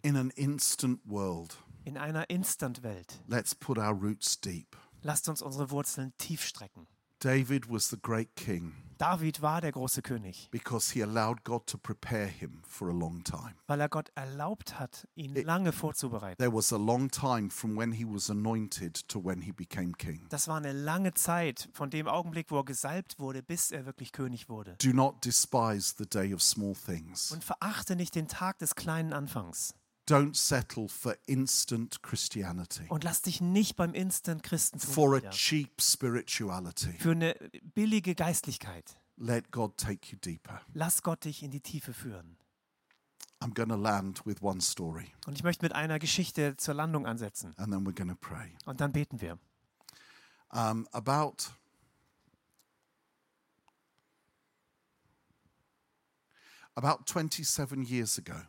Speaker 1: In an instant world,
Speaker 2: In einer Instant-Welt.
Speaker 1: let's put our roots deep.
Speaker 2: Lasst uns unsere Wurzeln tief strecken.
Speaker 1: David was the great king
Speaker 2: David war der große König,
Speaker 1: because he allowed God to prepare him for a long time.
Speaker 2: weil er Gott erlaubt hat, ihn
Speaker 1: Äh.
Speaker 2: lange vorzubereiten.
Speaker 1: There was a long time from when he was anointed to when he became king.
Speaker 2: Das war eine lange Zeit von dem Augenblick, wo er gesalbt wurde, bis er wirklich König wurde.
Speaker 1: Do not despise the day of small things.
Speaker 2: Und verachte nicht den Tag des kleinen Anfangs.
Speaker 1: Don't settle for instant Christianity,
Speaker 2: Und lass dich nicht beim Instant Christen
Speaker 1: for a
Speaker 2: nieder.
Speaker 1: cheap spirituality.
Speaker 2: für eine billige Geistlichkeit.
Speaker 1: Let God take you deeper.
Speaker 2: Lass Gott dich in die Tiefe führen.
Speaker 1: I'm going to land with one story
Speaker 2: Und ich möchte mit einer Geschichte zur Landung ansetzen.
Speaker 1: and then we're going to pray.
Speaker 2: Und dann beten wir.
Speaker 1: Um, about about 27 years ago,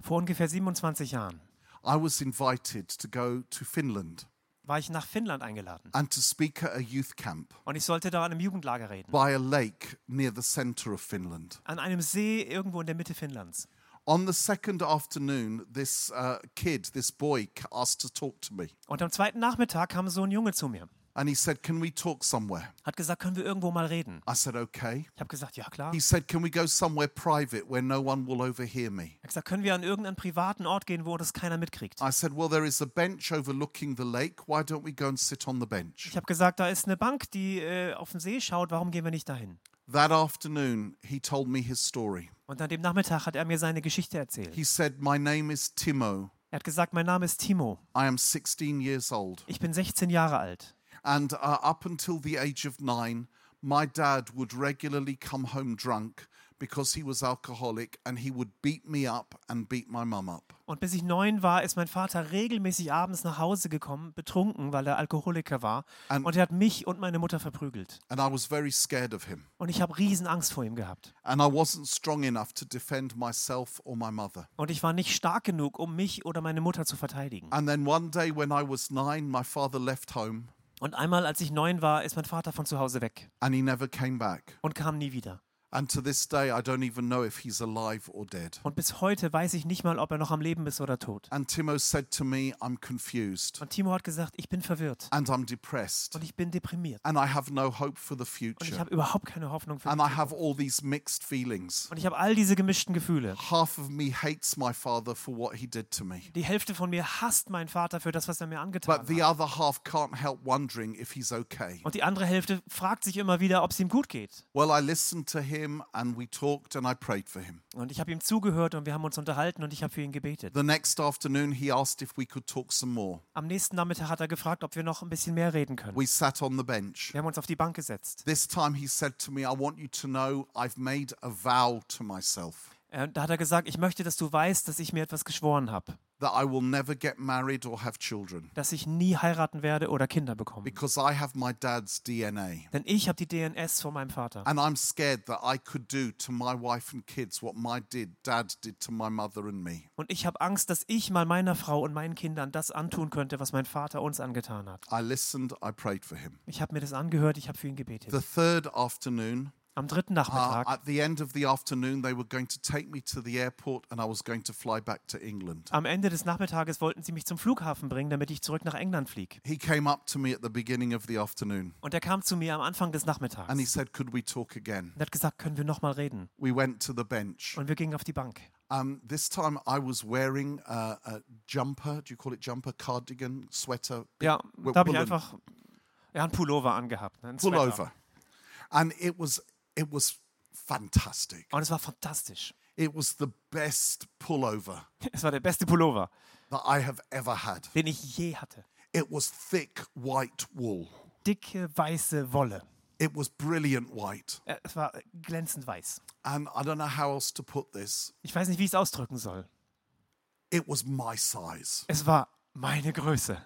Speaker 2: Vor ungefähr 27 Jahren
Speaker 1: I was invited to go to Finland
Speaker 2: war ich nach Finnland eingeladen.
Speaker 1: and to speak at a youth camp
Speaker 2: Und ich sollte da an einem Jugendlager reden.
Speaker 1: by a lake near the center of Finland.
Speaker 2: An einem See irgendwo in der Mitte Finnlands.
Speaker 1: On the second afternoon, this uh, kid, this boy, c- asked to talk to me.
Speaker 2: Und am zweiten Nachmittag kam so ein Junge zu mir.
Speaker 1: And he said, Can we talk somewhere?
Speaker 2: Hat gesagt, können wir irgendwo mal reden?
Speaker 1: I said, Okay.
Speaker 2: Ich habe gesagt, ja klar.
Speaker 1: He
Speaker 2: Er
Speaker 1: said, Can we go somewhere private where no one will overhear me?
Speaker 2: hat gesagt, können wir an irgendeinen privaten Ort gehen, wo das keiner mitkriegt?
Speaker 1: I said, Well, there is a bench overlooking the lake. Why don't we go and sit on the bench?
Speaker 2: Ich habe gesagt, da ist eine Bank, die äh, auf den See schaut, warum gehen wir nicht dahin?
Speaker 1: That afternoon, he told me his story.
Speaker 2: Und an dem Nachmittag hat er mir seine Geschichte erzählt.
Speaker 1: He said, My name is Timo.
Speaker 2: Er hat gesagt, mein Name ist Timo.
Speaker 1: I am 16 years old.
Speaker 2: Ich bin 16 Jahre alt.
Speaker 1: And uh, up until the age of nine, my dad would regularly come home drunk because he was alcoholic and he would beat me up and beat my mum up.
Speaker 2: Und bis ich neun war, ist mein Vater regelmäßig abends nach Hause gekommen, betrunken, weil er Alkoholiker war.
Speaker 1: An-
Speaker 2: und er hat mich und meine Mutter verprügelt.
Speaker 1: And I was very scared of him.
Speaker 2: Und ich habe riesen Angst vor ihm gehabt.
Speaker 1: And I wasn't strong enough to defend myself or my mother.
Speaker 2: Und ich war nicht stark genug, um mich oder meine Mutter zu verteidigen.
Speaker 1: And then one day when I was nine, my father left home
Speaker 2: Und einmal, als ich neun war, ist mein Vater von zu Hause weg
Speaker 1: and he never came back.
Speaker 2: und kam nie wieder.
Speaker 1: And to this day, I don't even know if he's alive or dead.
Speaker 2: Und bis heute weiß ich nicht mal, ob er noch am Leben ist oder tot.
Speaker 1: And Timo said to me, I'm confused
Speaker 2: Und Timo hat gesagt, ich bin verwirrt
Speaker 1: and I'm depressed
Speaker 2: und ich bin deprimiert
Speaker 1: and I have no hope for the
Speaker 2: und ich
Speaker 1: future.
Speaker 2: habe überhaupt keine Hoffnung für
Speaker 1: And
Speaker 2: mich.
Speaker 1: I have all these mixed feelings.
Speaker 2: Und ich habe all diese gemischten Gefühle.
Speaker 1: Half of me hates my father for what he did to me,
Speaker 2: Die Hälfte von mir hasst meinen Vater für das, was er mir angetan
Speaker 1: but
Speaker 2: hat.
Speaker 1: the other half can't help wondering if he's okay.
Speaker 2: Und die andere Hälfte fragt sich immer wieder, ob es ihm gut geht.
Speaker 1: Well, I listened to him and we talked and I prayed for him.
Speaker 2: Und ich habe ihm zugehört und wir haben uns unterhalten und ich habe für ihn gebetet.
Speaker 1: The next afternoon, he asked if we could talk some more.
Speaker 2: Am nächsten Nachmittag hat er gefragt, ob wir noch ein bisschen mehr reden können.
Speaker 1: We sat on the bench.
Speaker 2: Wir haben uns auf die Bank gesetzt.
Speaker 1: This time he said to me, I want you to know I've made a vow to myself
Speaker 2: Äh, Da hat er gesagt, ich möchte, dass du weißt, dass ich mir etwas geschworen habe,
Speaker 1: that I will never get married or have children
Speaker 2: dass ich nie heiraten werde oder Kinder bekomme.
Speaker 1: because I have my dad's DNA.
Speaker 2: Denn ich habe die DNS von meinem Vater.
Speaker 1: And I'm scared that I could do to my wife and kids what my did, dad did to my mother and me.
Speaker 2: Und ich habe Angst, dass ich mal meiner Frau und meinen Kindern das antun könnte, was mein Vater uns angetan hat.
Speaker 1: I listened, I prayed for him.
Speaker 2: Ich habe mir das angehört, ich habe für ihn gebetet.
Speaker 1: The third afternoon,
Speaker 2: Am dritten
Speaker 1: uh,
Speaker 2: Nachmittag,
Speaker 1: at the end of the afternoon, they were going to take me to the airport and I was going to fly back to England.
Speaker 2: am Ende des Nachmittages wollten sie mich zum Flughafen bringen, damit ich zurück nach England fliege.
Speaker 1: He came up to me at the beginning of the afternoon
Speaker 2: Und er kam zu mir am Anfang des Nachmittags
Speaker 1: and he
Speaker 2: und
Speaker 1: said, Could we talk again?
Speaker 2: hat gesagt, können wir nochmal reden?
Speaker 1: We went to the bench.
Speaker 2: Und wir gingen auf die Bank.
Speaker 1: Um, this time I was wearing uh, a jumper. Do you call it jumper? Cardigan, sweater,
Speaker 2: Ja,
Speaker 1: Wo-
Speaker 2: da habe ich
Speaker 1: Pullen.
Speaker 2: einfach ja, einen Pullover angehabt. ne, einen Sweater.
Speaker 1: pullover, and it was it was fantastic.
Speaker 2: Und es war fantastisch.
Speaker 1: It was the best pullover
Speaker 2: Es war der beste Pullover,
Speaker 1: that I have ever had.
Speaker 2: den ich je hatte.
Speaker 1: It was thick white wool.
Speaker 2: Dicke, weiße Wolle.
Speaker 1: It was brilliant white,
Speaker 2: Äh, Es war glänzend weiß.
Speaker 1: and I don't know how else to put this.
Speaker 2: Ich weiß nicht, wie ich es ausdrücken soll.
Speaker 1: It was my size.
Speaker 2: Es war meine Größe.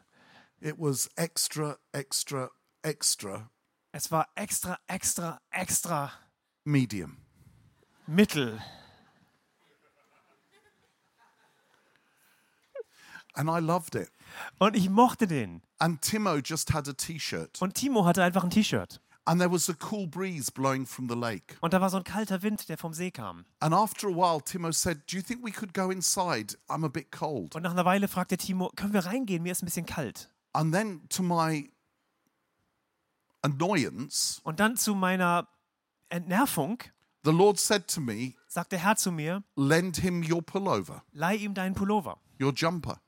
Speaker 1: It was extra, extra, extra
Speaker 2: Es war extra, extra, extra
Speaker 1: medium.
Speaker 2: Mittel.
Speaker 1: And I loved it.
Speaker 2: Und ich mochte den.
Speaker 1: And Timo just had a t shirt.
Speaker 2: Und Timo hatte einfach ein T-Shirt.
Speaker 1: And there was a cool breeze blowing from the lake.
Speaker 2: Und da war so ein kalter Wind, der vom See kam.
Speaker 1: And after a while, Timo said, Do you think we could go inside? I'm a bit cold.
Speaker 2: Und nach einer Weile fragte Timo, können wir reingehen? Mir ist ein bisschen kalt.
Speaker 1: And then, to my annoyance,
Speaker 2: Und dann zu meiner Entnervung
Speaker 1: the Lord said to me,
Speaker 2: sagt der Herr zu mir,
Speaker 1: Lend him your pullover,
Speaker 2: leih ihm deinen Pullover,
Speaker 1: your jumper.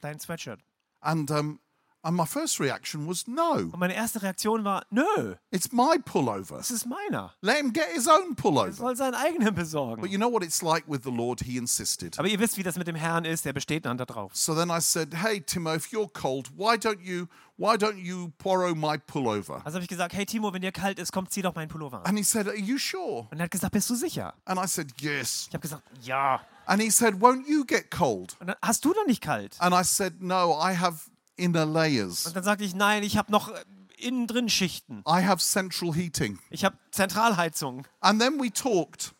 Speaker 2: dein Sweatshirt.
Speaker 1: And, um, and my first reaction was, No,
Speaker 2: Und meine erste Reaktion war, nö,
Speaker 1: it's my pullover.
Speaker 2: es ist meiner.
Speaker 1: Let him get his own
Speaker 2: Er
Speaker 1: pullover.
Speaker 2: soll seinen eigenen besorgen.
Speaker 1: But you know what it's like with the Lord? He insisted.
Speaker 2: Aber ihr wisst, wie das mit dem Herrn ist, der besteht dann da drauf.
Speaker 1: So then I said, "Hey Timo, if you're cold, why don't you why don't you borrow my pullover?"
Speaker 2: Also habe ich gesagt, hey Timo, wenn dir kalt ist, komm, zieh doch meinen Pullover an.
Speaker 1: And he said, "Are you sure?"
Speaker 2: Und er hat gesagt, bist du sicher?
Speaker 1: And I said, "Yes."
Speaker 2: Ich habe gesagt, ja.
Speaker 1: And he said, "Won't you get cold?"
Speaker 2: Und dann, hast du dann nicht kalt?
Speaker 1: And I said, "No, I have inner layers.
Speaker 2: Und dann sagte ich, nein, ich habe noch äh, innen drin Schichten.
Speaker 1: I have central heating."
Speaker 2: Ich habe Zentralheizung.
Speaker 1: And then we talked,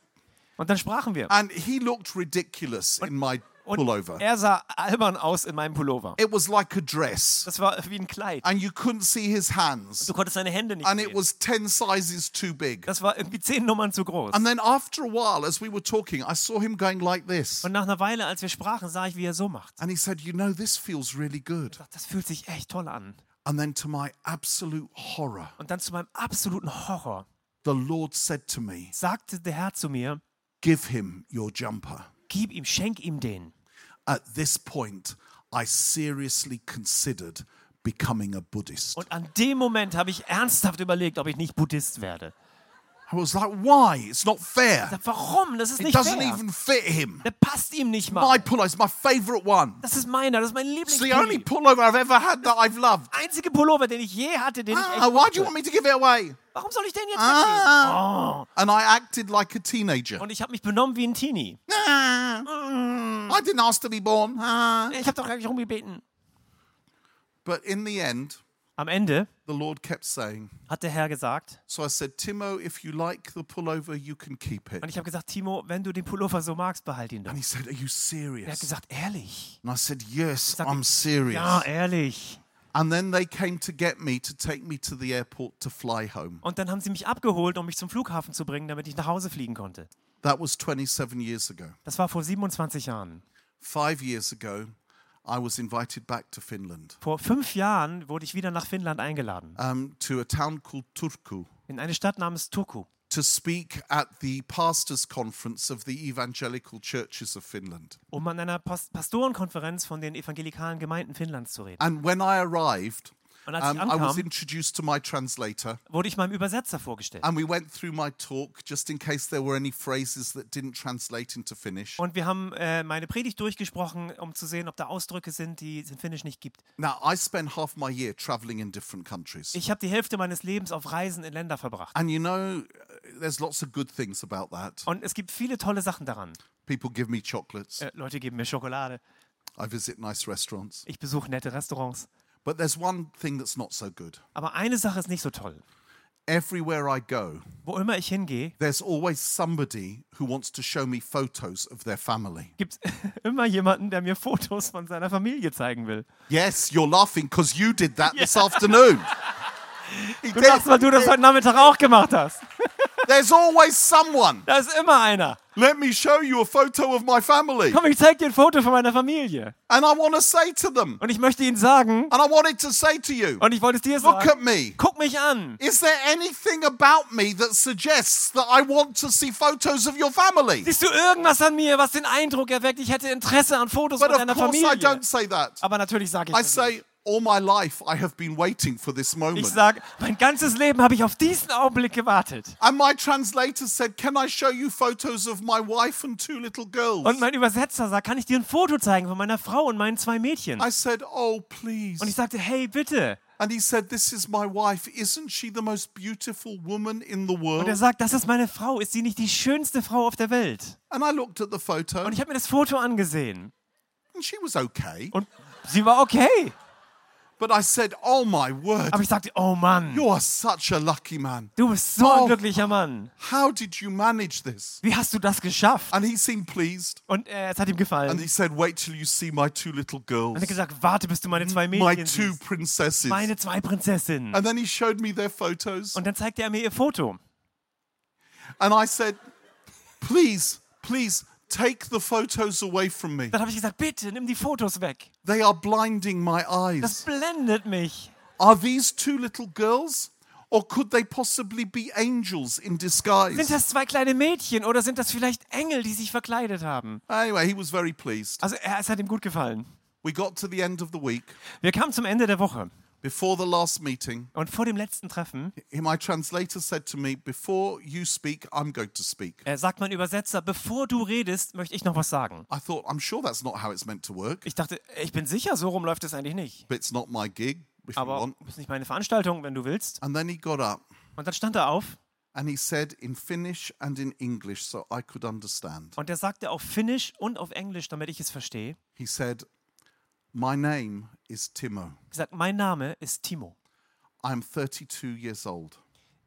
Speaker 2: Und dann sprachen wir.
Speaker 1: and he looked ridiculous in my
Speaker 2: Und
Speaker 1: pullover.
Speaker 2: er sah albern aus in meinem Pullover.
Speaker 1: It was like a dress,
Speaker 2: Das war wie ein Kleid.
Speaker 1: and you couldn't see his hands,
Speaker 2: Du konntest seine Hände nicht
Speaker 1: and it
Speaker 2: sehen.
Speaker 1: was 10 sizes too big.
Speaker 2: Das war irgendwie zehn Nummern zu groß.
Speaker 1: And then after a while, as we were talking, I saw him going like this.
Speaker 2: Und nach einer Weile, als wir sprachen, sah ich, wie er so macht.
Speaker 1: And he said, You know, this feels really good.
Speaker 2: Ich dachte, Das fühlt sich echt toll an.
Speaker 1: And then, to my absolute horror,
Speaker 2: Und dann zu meinem absoluten Horror
Speaker 1: the Lord said to me,
Speaker 2: sagte der Herr zu mir,
Speaker 1: Give him your jumper.
Speaker 2: gib ihm, schenk ihm den.
Speaker 1: At this point, I seriously considered becoming a Buddhist.
Speaker 2: Und an dem Moment habe ich ernsthaft überlegt, ob ich nicht Buddhist werde.
Speaker 1: I was like, why? It's not fair.
Speaker 2: Warum? Das ist
Speaker 1: It
Speaker 2: nicht
Speaker 1: doesn't
Speaker 2: fair.
Speaker 1: even fit him.
Speaker 2: Der passt ihm nicht mal.
Speaker 1: My pullover is my favorite one.
Speaker 2: Das ist meiner, das ist mein
Speaker 1: It's the only
Speaker 2: Lieblingspulli.
Speaker 1: pullover I've ever had that I've loved.
Speaker 2: Einzige Pullover, den ich je hatte, den ich
Speaker 1: Ah,
Speaker 2: echt
Speaker 1: why do you
Speaker 2: mochte.
Speaker 1: want me to give it away?
Speaker 2: Warum soll ich den jetzt mitnehmen?
Speaker 1: Ah. And I acted like a teenager.
Speaker 2: Und ich habe mich benommen wie ein Teenie.
Speaker 1: Ah. I didn't ask to be born. Ah.
Speaker 2: Ich habe doch gar nicht rumgebeten.
Speaker 1: But in the end,
Speaker 2: Am Ende
Speaker 1: the Lord kept saying,
Speaker 2: hat der Herr gesagt,
Speaker 1: So I said, Timo, if you like the pullover, you can keep it.
Speaker 2: und
Speaker 1: And
Speaker 2: ich habe gesagt, Timo, wenn du den Pullover so magst, behalt ihn doch.
Speaker 1: he said, Are you
Speaker 2: Er hat
Speaker 1: serious?
Speaker 2: gesagt, ehrlich.
Speaker 1: And I said, Yes,
Speaker 2: Exactly.
Speaker 1: I'm serious.
Speaker 2: Ja, ehrlich.
Speaker 1: And then they came to get me to take me to the airport to fly home.
Speaker 2: Und dann haben sie mich abgeholt, um mich zum Flughafen zu bringen, damit ich nach Hause fliegen konnte.
Speaker 1: That was 27 years ago.
Speaker 2: Das war vor 27 Jahren.
Speaker 1: Five years ago, I was invited back to Finland,
Speaker 2: Vor fünf Jahren wurde ich wieder nach Finnland eingeladen.
Speaker 1: um, to a town called Turku,
Speaker 2: In eine Stadt namens Turku.
Speaker 1: to speak at the pastors' conference of the evangelical churches of Finland.
Speaker 2: um an einer Pas- Pastorenkonferenz von den evangelikalen Gemeinden Finnlands zu reden.
Speaker 1: And when I arrived,
Speaker 2: Und als ich
Speaker 1: um, I was
Speaker 2: ankam-
Speaker 1: introduced to my translator,
Speaker 2: Wurde ich meinem Übersetzer vorgestellt.
Speaker 1: and we went through my talk just in case there were any phrases that didn't translate into Finnish.
Speaker 2: Und wir haben äh, meine Predigt durchgesprochen, um zu sehen, ob da Ausdrücke sind, die es in Finnisch nicht gibt.
Speaker 1: Now, I spent half my year traveling in different countries.
Speaker 2: Ich habe die Hälfte meines Lebens auf Reisen in Länder verbracht.
Speaker 1: And you know, uh, there's lots of good things about that.
Speaker 2: Und es gibt viele tolle Sachen daran.
Speaker 1: People give me chocolates,
Speaker 2: Äh, Leute geben mir Schokolade.
Speaker 1: I visit nice restaurants.
Speaker 2: Ich besuche nette Restaurants.
Speaker 1: But there's one thing that's not so good.
Speaker 2: Aber eine Sache ist nicht so toll.
Speaker 1: Everywhere I go,
Speaker 2: Wo immer ich hingehe,
Speaker 1: there's always somebody who wants to show me photos of their family.
Speaker 2: gibt es immer jemanden, der mir Fotos von seiner Familie zeigen will.
Speaker 1: Yes, you're laughing because you did that this afternoon. He
Speaker 2: Du
Speaker 1: did.
Speaker 2: lachst, weil du das heute Nachmittag auch gemacht hast.
Speaker 1: There's always someone.
Speaker 2: Da ist immer einer.
Speaker 1: Let me show you a photo of my family.
Speaker 2: Komm, ich zeig dir ein Foto von meiner Familie.
Speaker 1: And I want to say to them,
Speaker 2: Und ich möchte Ihnen sagen,
Speaker 1: and I wanted to say to you,
Speaker 2: und ich wollte es dir
Speaker 1: look
Speaker 2: sagen,
Speaker 1: at me.
Speaker 2: guck mich an.
Speaker 1: Is there anything about me that suggests that I want to see photos of your family?
Speaker 2: Siehst du irgendwas an mir, was den Eindruck erweckt, ich hätte Interesse an Fotos
Speaker 1: But
Speaker 2: von
Speaker 1: of
Speaker 2: deiner
Speaker 1: course, I
Speaker 2: Familie?
Speaker 1: don't say that.
Speaker 2: Aber natürlich sage ich
Speaker 1: I
Speaker 2: das nicht.
Speaker 1: say, all my life, I have been waiting for this
Speaker 2: Ich
Speaker 1: moment.
Speaker 2: sage, mein ganzes Leben habe ich auf diesen Augenblick gewartet.
Speaker 1: And my translator said, Can I show you photos of my wife and two little girls?
Speaker 2: Und mein Übersetzer sagt, kann ich dir ein Foto zeigen von meiner Frau und meinen zwei Mädchen?
Speaker 1: I said, Oh, please.
Speaker 2: Und ich sagte, hey, bitte.
Speaker 1: And he said, This is my wife. Isn't she the most beautiful woman in the
Speaker 2: Und er
Speaker 1: world?
Speaker 2: sagt, das ist meine Frau. Ist sie nicht die schönste Frau auf der Welt?
Speaker 1: And I looked at the photo
Speaker 2: Und ich habe mir das Foto angesehen.
Speaker 1: and she was okay.
Speaker 2: Und sie war okay.
Speaker 1: But I said, Oh, my word.
Speaker 2: Aber ich sagte, oh Mann,
Speaker 1: You are such a lucky man.
Speaker 2: du bist so
Speaker 1: Oh.
Speaker 2: ein glücklicher Mann.
Speaker 1: How did you manage this?
Speaker 2: Wie hast du das geschafft?
Speaker 1: And he seemed pleased.
Speaker 2: Und äh, es hat ihm
Speaker 1: And
Speaker 2: gefallen.
Speaker 1: he said, Wait till you see my two little girls,
Speaker 2: Und er hat gesagt, warte, bis du meine zwei
Speaker 1: my
Speaker 2: Mädchen
Speaker 1: two
Speaker 2: siehst.
Speaker 1: princesses.
Speaker 2: Meine zwei Prinzessinnen.
Speaker 1: And then he showed me their photos.
Speaker 2: Und dann zeigte er mir ihr Foto.
Speaker 1: And I said, please, please take the photos away from me.
Speaker 2: Dann habe ich gesagt, bitte, nimm die Fotos weg.
Speaker 1: They are blinding my eyes.
Speaker 2: Das blendet mich.
Speaker 1: Are these two little girls? Or could they possibly be angels in
Speaker 2: Sind
Speaker 1: disguise?
Speaker 2: das zwei kleine Mädchen oder sind das vielleicht Engel, die sich verkleidet haben?
Speaker 1: Anyway, he was very pleased.
Speaker 2: Also er, es hat ihm gut gefallen.
Speaker 1: We got to the end of the week.
Speaker 2: Wir kamen zum Ende der Woche.
Speaker 1: Before the last meeting,
Speaker 2: Und vor dem letzten Treffen
Speaker 1: my translator said to me, Before you speak, I'm going to speak.
Speaker 2: äh, sagt mein Übersetzer, bevor du redest, möchte ich noch was sagen.
Speaker 1: I thought, I'm sure that's not how it's meant to work,
Speaker 2: Ich dachte, ich bin sicher, so rum läuft es eigentlich nicht.
Speaker 1: but it's not my gig, if you
Speaker 2: Aber
Speaker 1: want.
Speaker 2: das ist nicht meine Veranstaltung, wenn du willst.
Speaker 1: And then he got up
Speaker 2: Und dann stand er auf
Speaker 1: and he said in Finnish and in English so I could understand.
Speaker 2: Und er sagte auf Finnisch und auf Englisch, damit ich es verstehe.
Speaker 1: He said, My name is Timo.
Speaker 2: Er sagt, mein Name ist Timo.
Speaker 1: I'm 32 years old.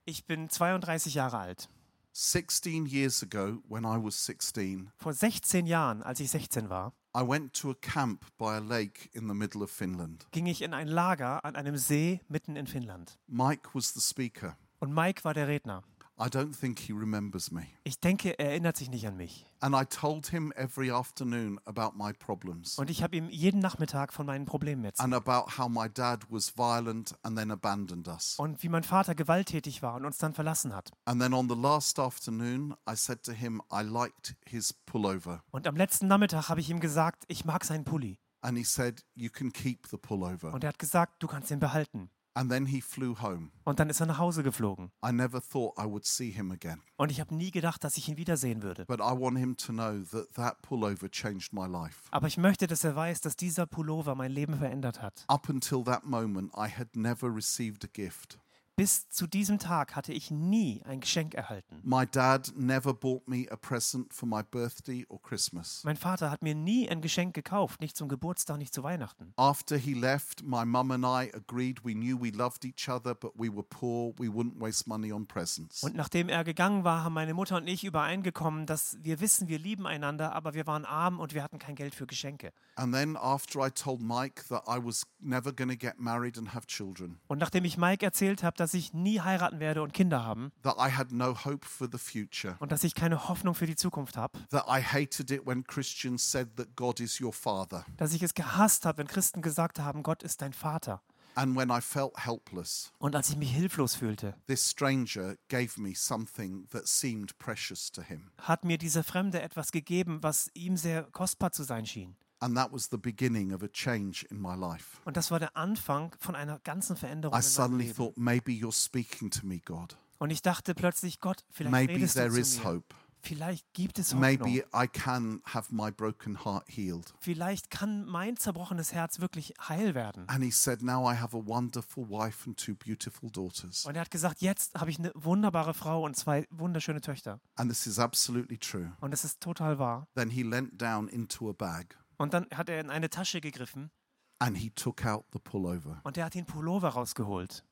Speaker 2: Ich bin 32 Jahre alt.
Speaker 1: 16 years ago, when I was 16,
Speaker 2: Vor 16 Jahren, als ich 16 war,
Speaker 1: I went to a camp by a lake in the middle of Finland.
Speaker 2: ging ich in ein Lager an einem See mitten in Finnland.
Speaker 1: Mike was the speaker.
Speaker 2: Und Mike war der Redner.
Speaker 1: I don't think he remembers me.
Speaker 2: Ich denke, er erinnert sich nicht an mich.
Speaker 1: And I told him every afternoon about my problems
Speaker 2: Und ich habe ihm jeden Nachmittag von meinen Problemen erzählt.
Speaker 1: and about how my dad was violent and then abandoned us.
Speaker 2: Und wie mein Vater gewalttätig war und uns dann verlassen hat.
Speaker 1: And then on the last afternoon, I said to him, I liked his pullover.
Speaker 2: Und am letzten Nachmittag habe ich ihm gesagt, ich mag seinen Pulli.
Speaker 1: And he said, You can keep the pullover.
Speaker 2: Und er hat gesagt, du kannst ihn behalten.
Speaker 1: And then he flew home.
Speaker 2: Und dann ist er nach Hause geflogen.
Speaker 1: I never thought I would see him again.
Speaker 2: Und ich habe nie gedacht, dass ich ihn wiedersehen würde.
Speaker 1: But I want him to know that that pullover changed my life.
Speaker 2: Aber ich möchte, dass er weiß, dass dieser Pullover mein Leben verändert hat.
Speaker 1: Up until that moment, I had never received a gift.
Speaker 2: Bis zu diesem Tag hatte ich nie ein Geschenk erhalten.
Speaker 1: My dad never bought me a present for my birthday or Christmas.
Speaker 2: Mein Vater hat mir nie ein Geschenk gekauft, nicht zum Geburtstag, nicht zu Weihnachten.
Speaker 1: After he left, my mum and I agreed we knew we loved each other, but we were poor. We wouldn't waste money on presents.
Speaker 2: Und nachdem er gegangen war, haben meine Mutter und ich übereingekommen, dass wir wissen, wir lieben einander, aber wir waren arm und wir hatten kein Geld für Geschenke.
Speaker 1: And then after I told Mike that I was never going to get married and have children,
Speaker 2: Und nachdem ich Mike erzählt habe, dass ich nie heiraten werde und Kinder haben
Speaker 1: that I had no hope for the future,
Speaker 2: und dass ich keine Hoffnung für die Zukunft habe,
Speaker 1: that I hated it when Christians said that God is your father,
Speaker 2: dass ich es gehasst habe, wenn Christen gesagt haben, Gott ist dein Vater.
Speaker 1: and when I felt helpless,
Speaker 2: Und als ich mich hilflos fühlte,
Speaker 1: this stranger gave me something that seemed precious to him.
Speaker 2: hat mir dieser Fremde etwas gegeben, was ihm sehr kostbar zu sein schien.
Speaker 1: And that was the beginning of a change in my life.
Speaker 2: Und das war der Anfang von einer ganzen
Speaker 1: I
Speaker 2: Veränderung. in meinem
Speaker 1: suddenly
Speaker 2: Leben.
Speaker 1: thought, maybe you're speaking to me, God.
Speaker 2: Und ich dachte plötzlich, Gott, vielleicht
Speaker 1: Maybe
Speaker 2: redest
Speaker 1: there
Speaker 2: du
Speaker 1: is
Speaker 2: zu mir.
Speaker 1: hope.
Speaker 2: Vielleicht gibt es Hoffnung.
Speaker 1: Maybe I can have my broken heart healed.
Speaker 2: Vielleicht kann mein zerbrochenes Herz wirklich heil werden.
Speaker 1: And he said, Now I have a wonderful wife and two beautiful daughters.
Speaker 2: Und er hat gesagt, jetzt habe ich eine wunderbare Frau und zwei wunderschöne Töchter.
Speaker 1: And this is absolutely true.
Speaker 2: Und das ist total wahr.
Speaker 1: Then he leant down into a bag
Speaker 2: Und dann hat er in eine Tasche gegriffen
Speaker 1: and he took out the pullover
Speaker 2: und er hat den Pullover rausgeholt.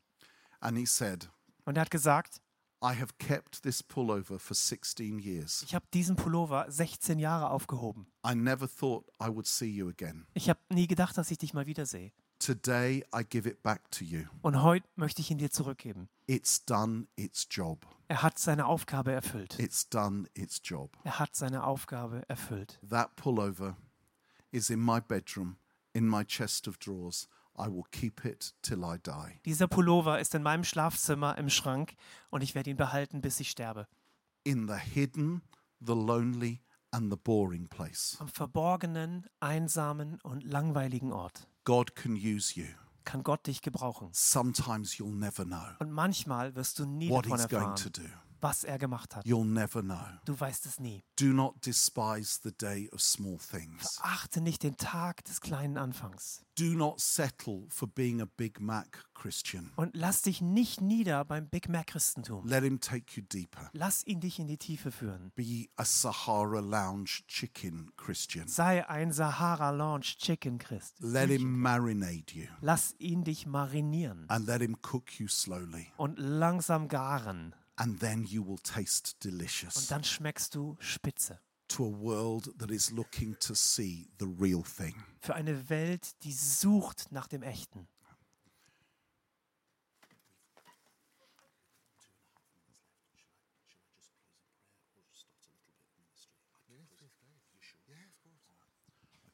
Speaker 1: and he said,
Speaker 2: Und er hat gesagt,
Speaker 1: I have kept this pullover for 16 years.
Speaker 2: ich habe diesen Pullover 16 Jahre aufgehoben.
Speaker 1: I never thought I would see you again.
Speaker 2: Ich habe nie gedacht, dass ich dich mal wiedersehe.
Speaker 1: Today I give it back to you.
Speaker 2: Und heute möchte ich ihn dir zurückgeben.
Speaker 1: It's done its job.
Speaker 2: Er hat seine Aufgabe erfüllt.
Speaker 1: It's done its job.
Speaker 2: Er hat seine Aufgabe erfüllt.
Speaker 1: That pullover is in my bedroom, in my chest of drawers. I will keep it till I die.
Speaker 2: Dieser Pullover ist in meinem Schlafzimmer im Schrank und ich werde ihn behalten, bis ich sterbe.
Speaker 1: In the hidden, the lonely, and the boring place,
Speaker 2: Am verborgenen, einsamen und langweiligen Ort
Speaker 1: God can use you.
Speaker 2: kann Gott dich gebrauchen.
Speaker 1: Sometimes you'll never know
Speaker 2: Und manchmal wirst du nie
Speaker 1: what
Speaker 2: davon
Speaker 1: He's going
Speaker 2: erfahren,
Speaker 1: to do.
Speaker 2: was er gemacht hat.
Speaker 1: You'll never know.
Speaker 2: Du weißt es nie.
Speaker 1: Do not despise the day of small things.
Speaker 2: Achte nicht den Tag des kleinen Anfangs.
Speaker 1: Do not settle for being a Big Mac Christian.
Speaker 2: Und lass dich nicht nieder beim Big Mac Christentum.
Speaker 1: Let Him take you deeper.
Speaker 2: Lass ihn dich in die Tiefe führen.
Speaker 1: Be a Sahara Lounge chicken Christian.
Speaker 2: Sei ein Sahara Lounge Chicken Christ.
Speaker 1: Let Him marinate you.
Speaker 2: Lass ihn dich marinieren
Speaker 1: and let him cook you slowly,
Speaker 2: und langsam garen.
Speaker 1: and then you will taste
Speaker 2: Und
Speaker 1: delicious
Speaker 2: dann schmeckst du Spitze.
Speaker 1: to a world that is looking to see the real thing.
Speaker 2: Für eine Welt, die sucht nach dem Echten.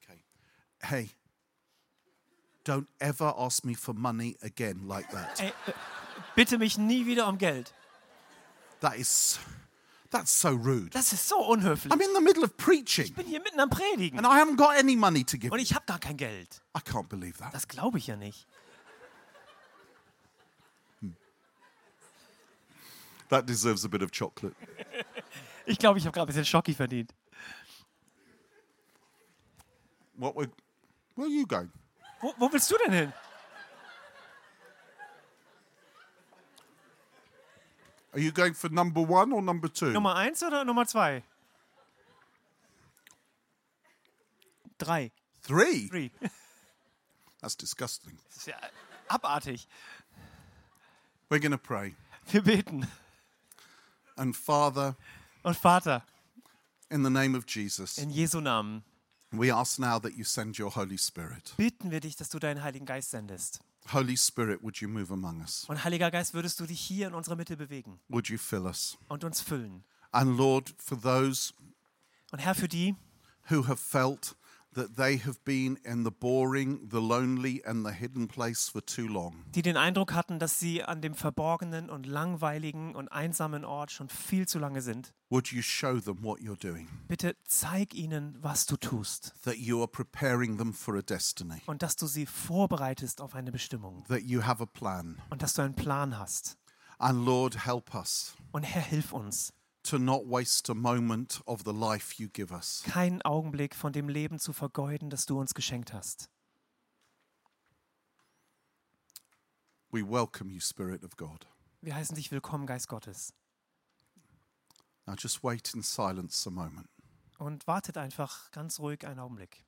Speaker 1: Okay. Hey, don't ever ask me for money again like that.
Speaker 2: Ey, äh, bitte mich nie wieder um Geld.
Speaker 1: That is, that's so rude.
Speaker 2: Das ist so unhöflich.
Speaker 1: I'm in the middle of preaching
Speaker 2: Ich bin hier mitten am Predigen
Speaker 1: and I haven't got any money to give.
Speaker 2: und
Speaker 1: you.
Speaker 2: ich habe gar kein Geld.
Speaker 1: I can't believe that.
Speaker 2: Das glaube ich ja nicht.
Speaker 1: That deserves a bit of chocolate.
Speaker 2: Ich glaube, ich habe gerade ein bisschen Schocki verdient.
Speaker 1: What were, where are you going?
Speaker 2: Wo, wo willst du denn hin?
Speaker 1: Are you going for number one or number two?
Speaker 2: Nummer eins oder Nummer zwei? Drei.
Speaker 1: Three?
Speaker 2: Three.
Speaker 1: That's disgusting.
Speaker 2: Das ist ja abartig.
Speaker 1: We're going to pray.
Speaker 2: Wir beten.
Speaker 1: And Father,
Speaker 2: Und Vater,
Speaker 1: In the name of Jesus,
Speaker 2: in Jesu Namen
Speaker 1: we ask now that you send your Holy Spirit.
Speaker 2: bitten wir dich, dass du deinen Heiligen Geist sendest.
Speaker 1: Holy Spirit, would you move among us?
Speaker 2: Und Heiliger Geist, würdest du dich hier in unserer Mitte bewegen
Speaker 1: Would you fill us?
Speaker 2: und uns füllen.
Speaker 1: And Lord, for those
Speaker 2: Und Herr, für die,
Speaker 1: who have felt that they have been in the boring, the lonely, and the hidden place for too long.
Speaker 2: die den Eindruck hatten, dass sie an dem verborgenen und langweiligen und einsamen Ort schon viel zu lange sind.
Speaker 1: Would you show them what you're doing?
Speaker 2: Bitte zeig ihnen, was du tust
Speaker 1: That you are preparing them for a destiny,
Speaker 2: und dass du sie vorbereitest auf eine Bestimmung
Speaker 1: that you have a plan.
Speaker 2: und dass du einen Plan hast.
Speaker 1: And Lord, help us
Speaker 2: Und Herr, hilf uns,
Speaker 1: to not waste a moment of the life you give us.
Speaker 2: keinen Augenblick von dem Leben zu vergeuden, das du uns geschenkt hast.
Speaker 1: We welcome you, Spirit of God.
Speaker 2: Wir heißen dich willkommen, Geist Gottes.
Speaker 1: Now just wait in silence a moment.
Speaker 2: Und wartet einfach ganz ruhig einen Augenblick.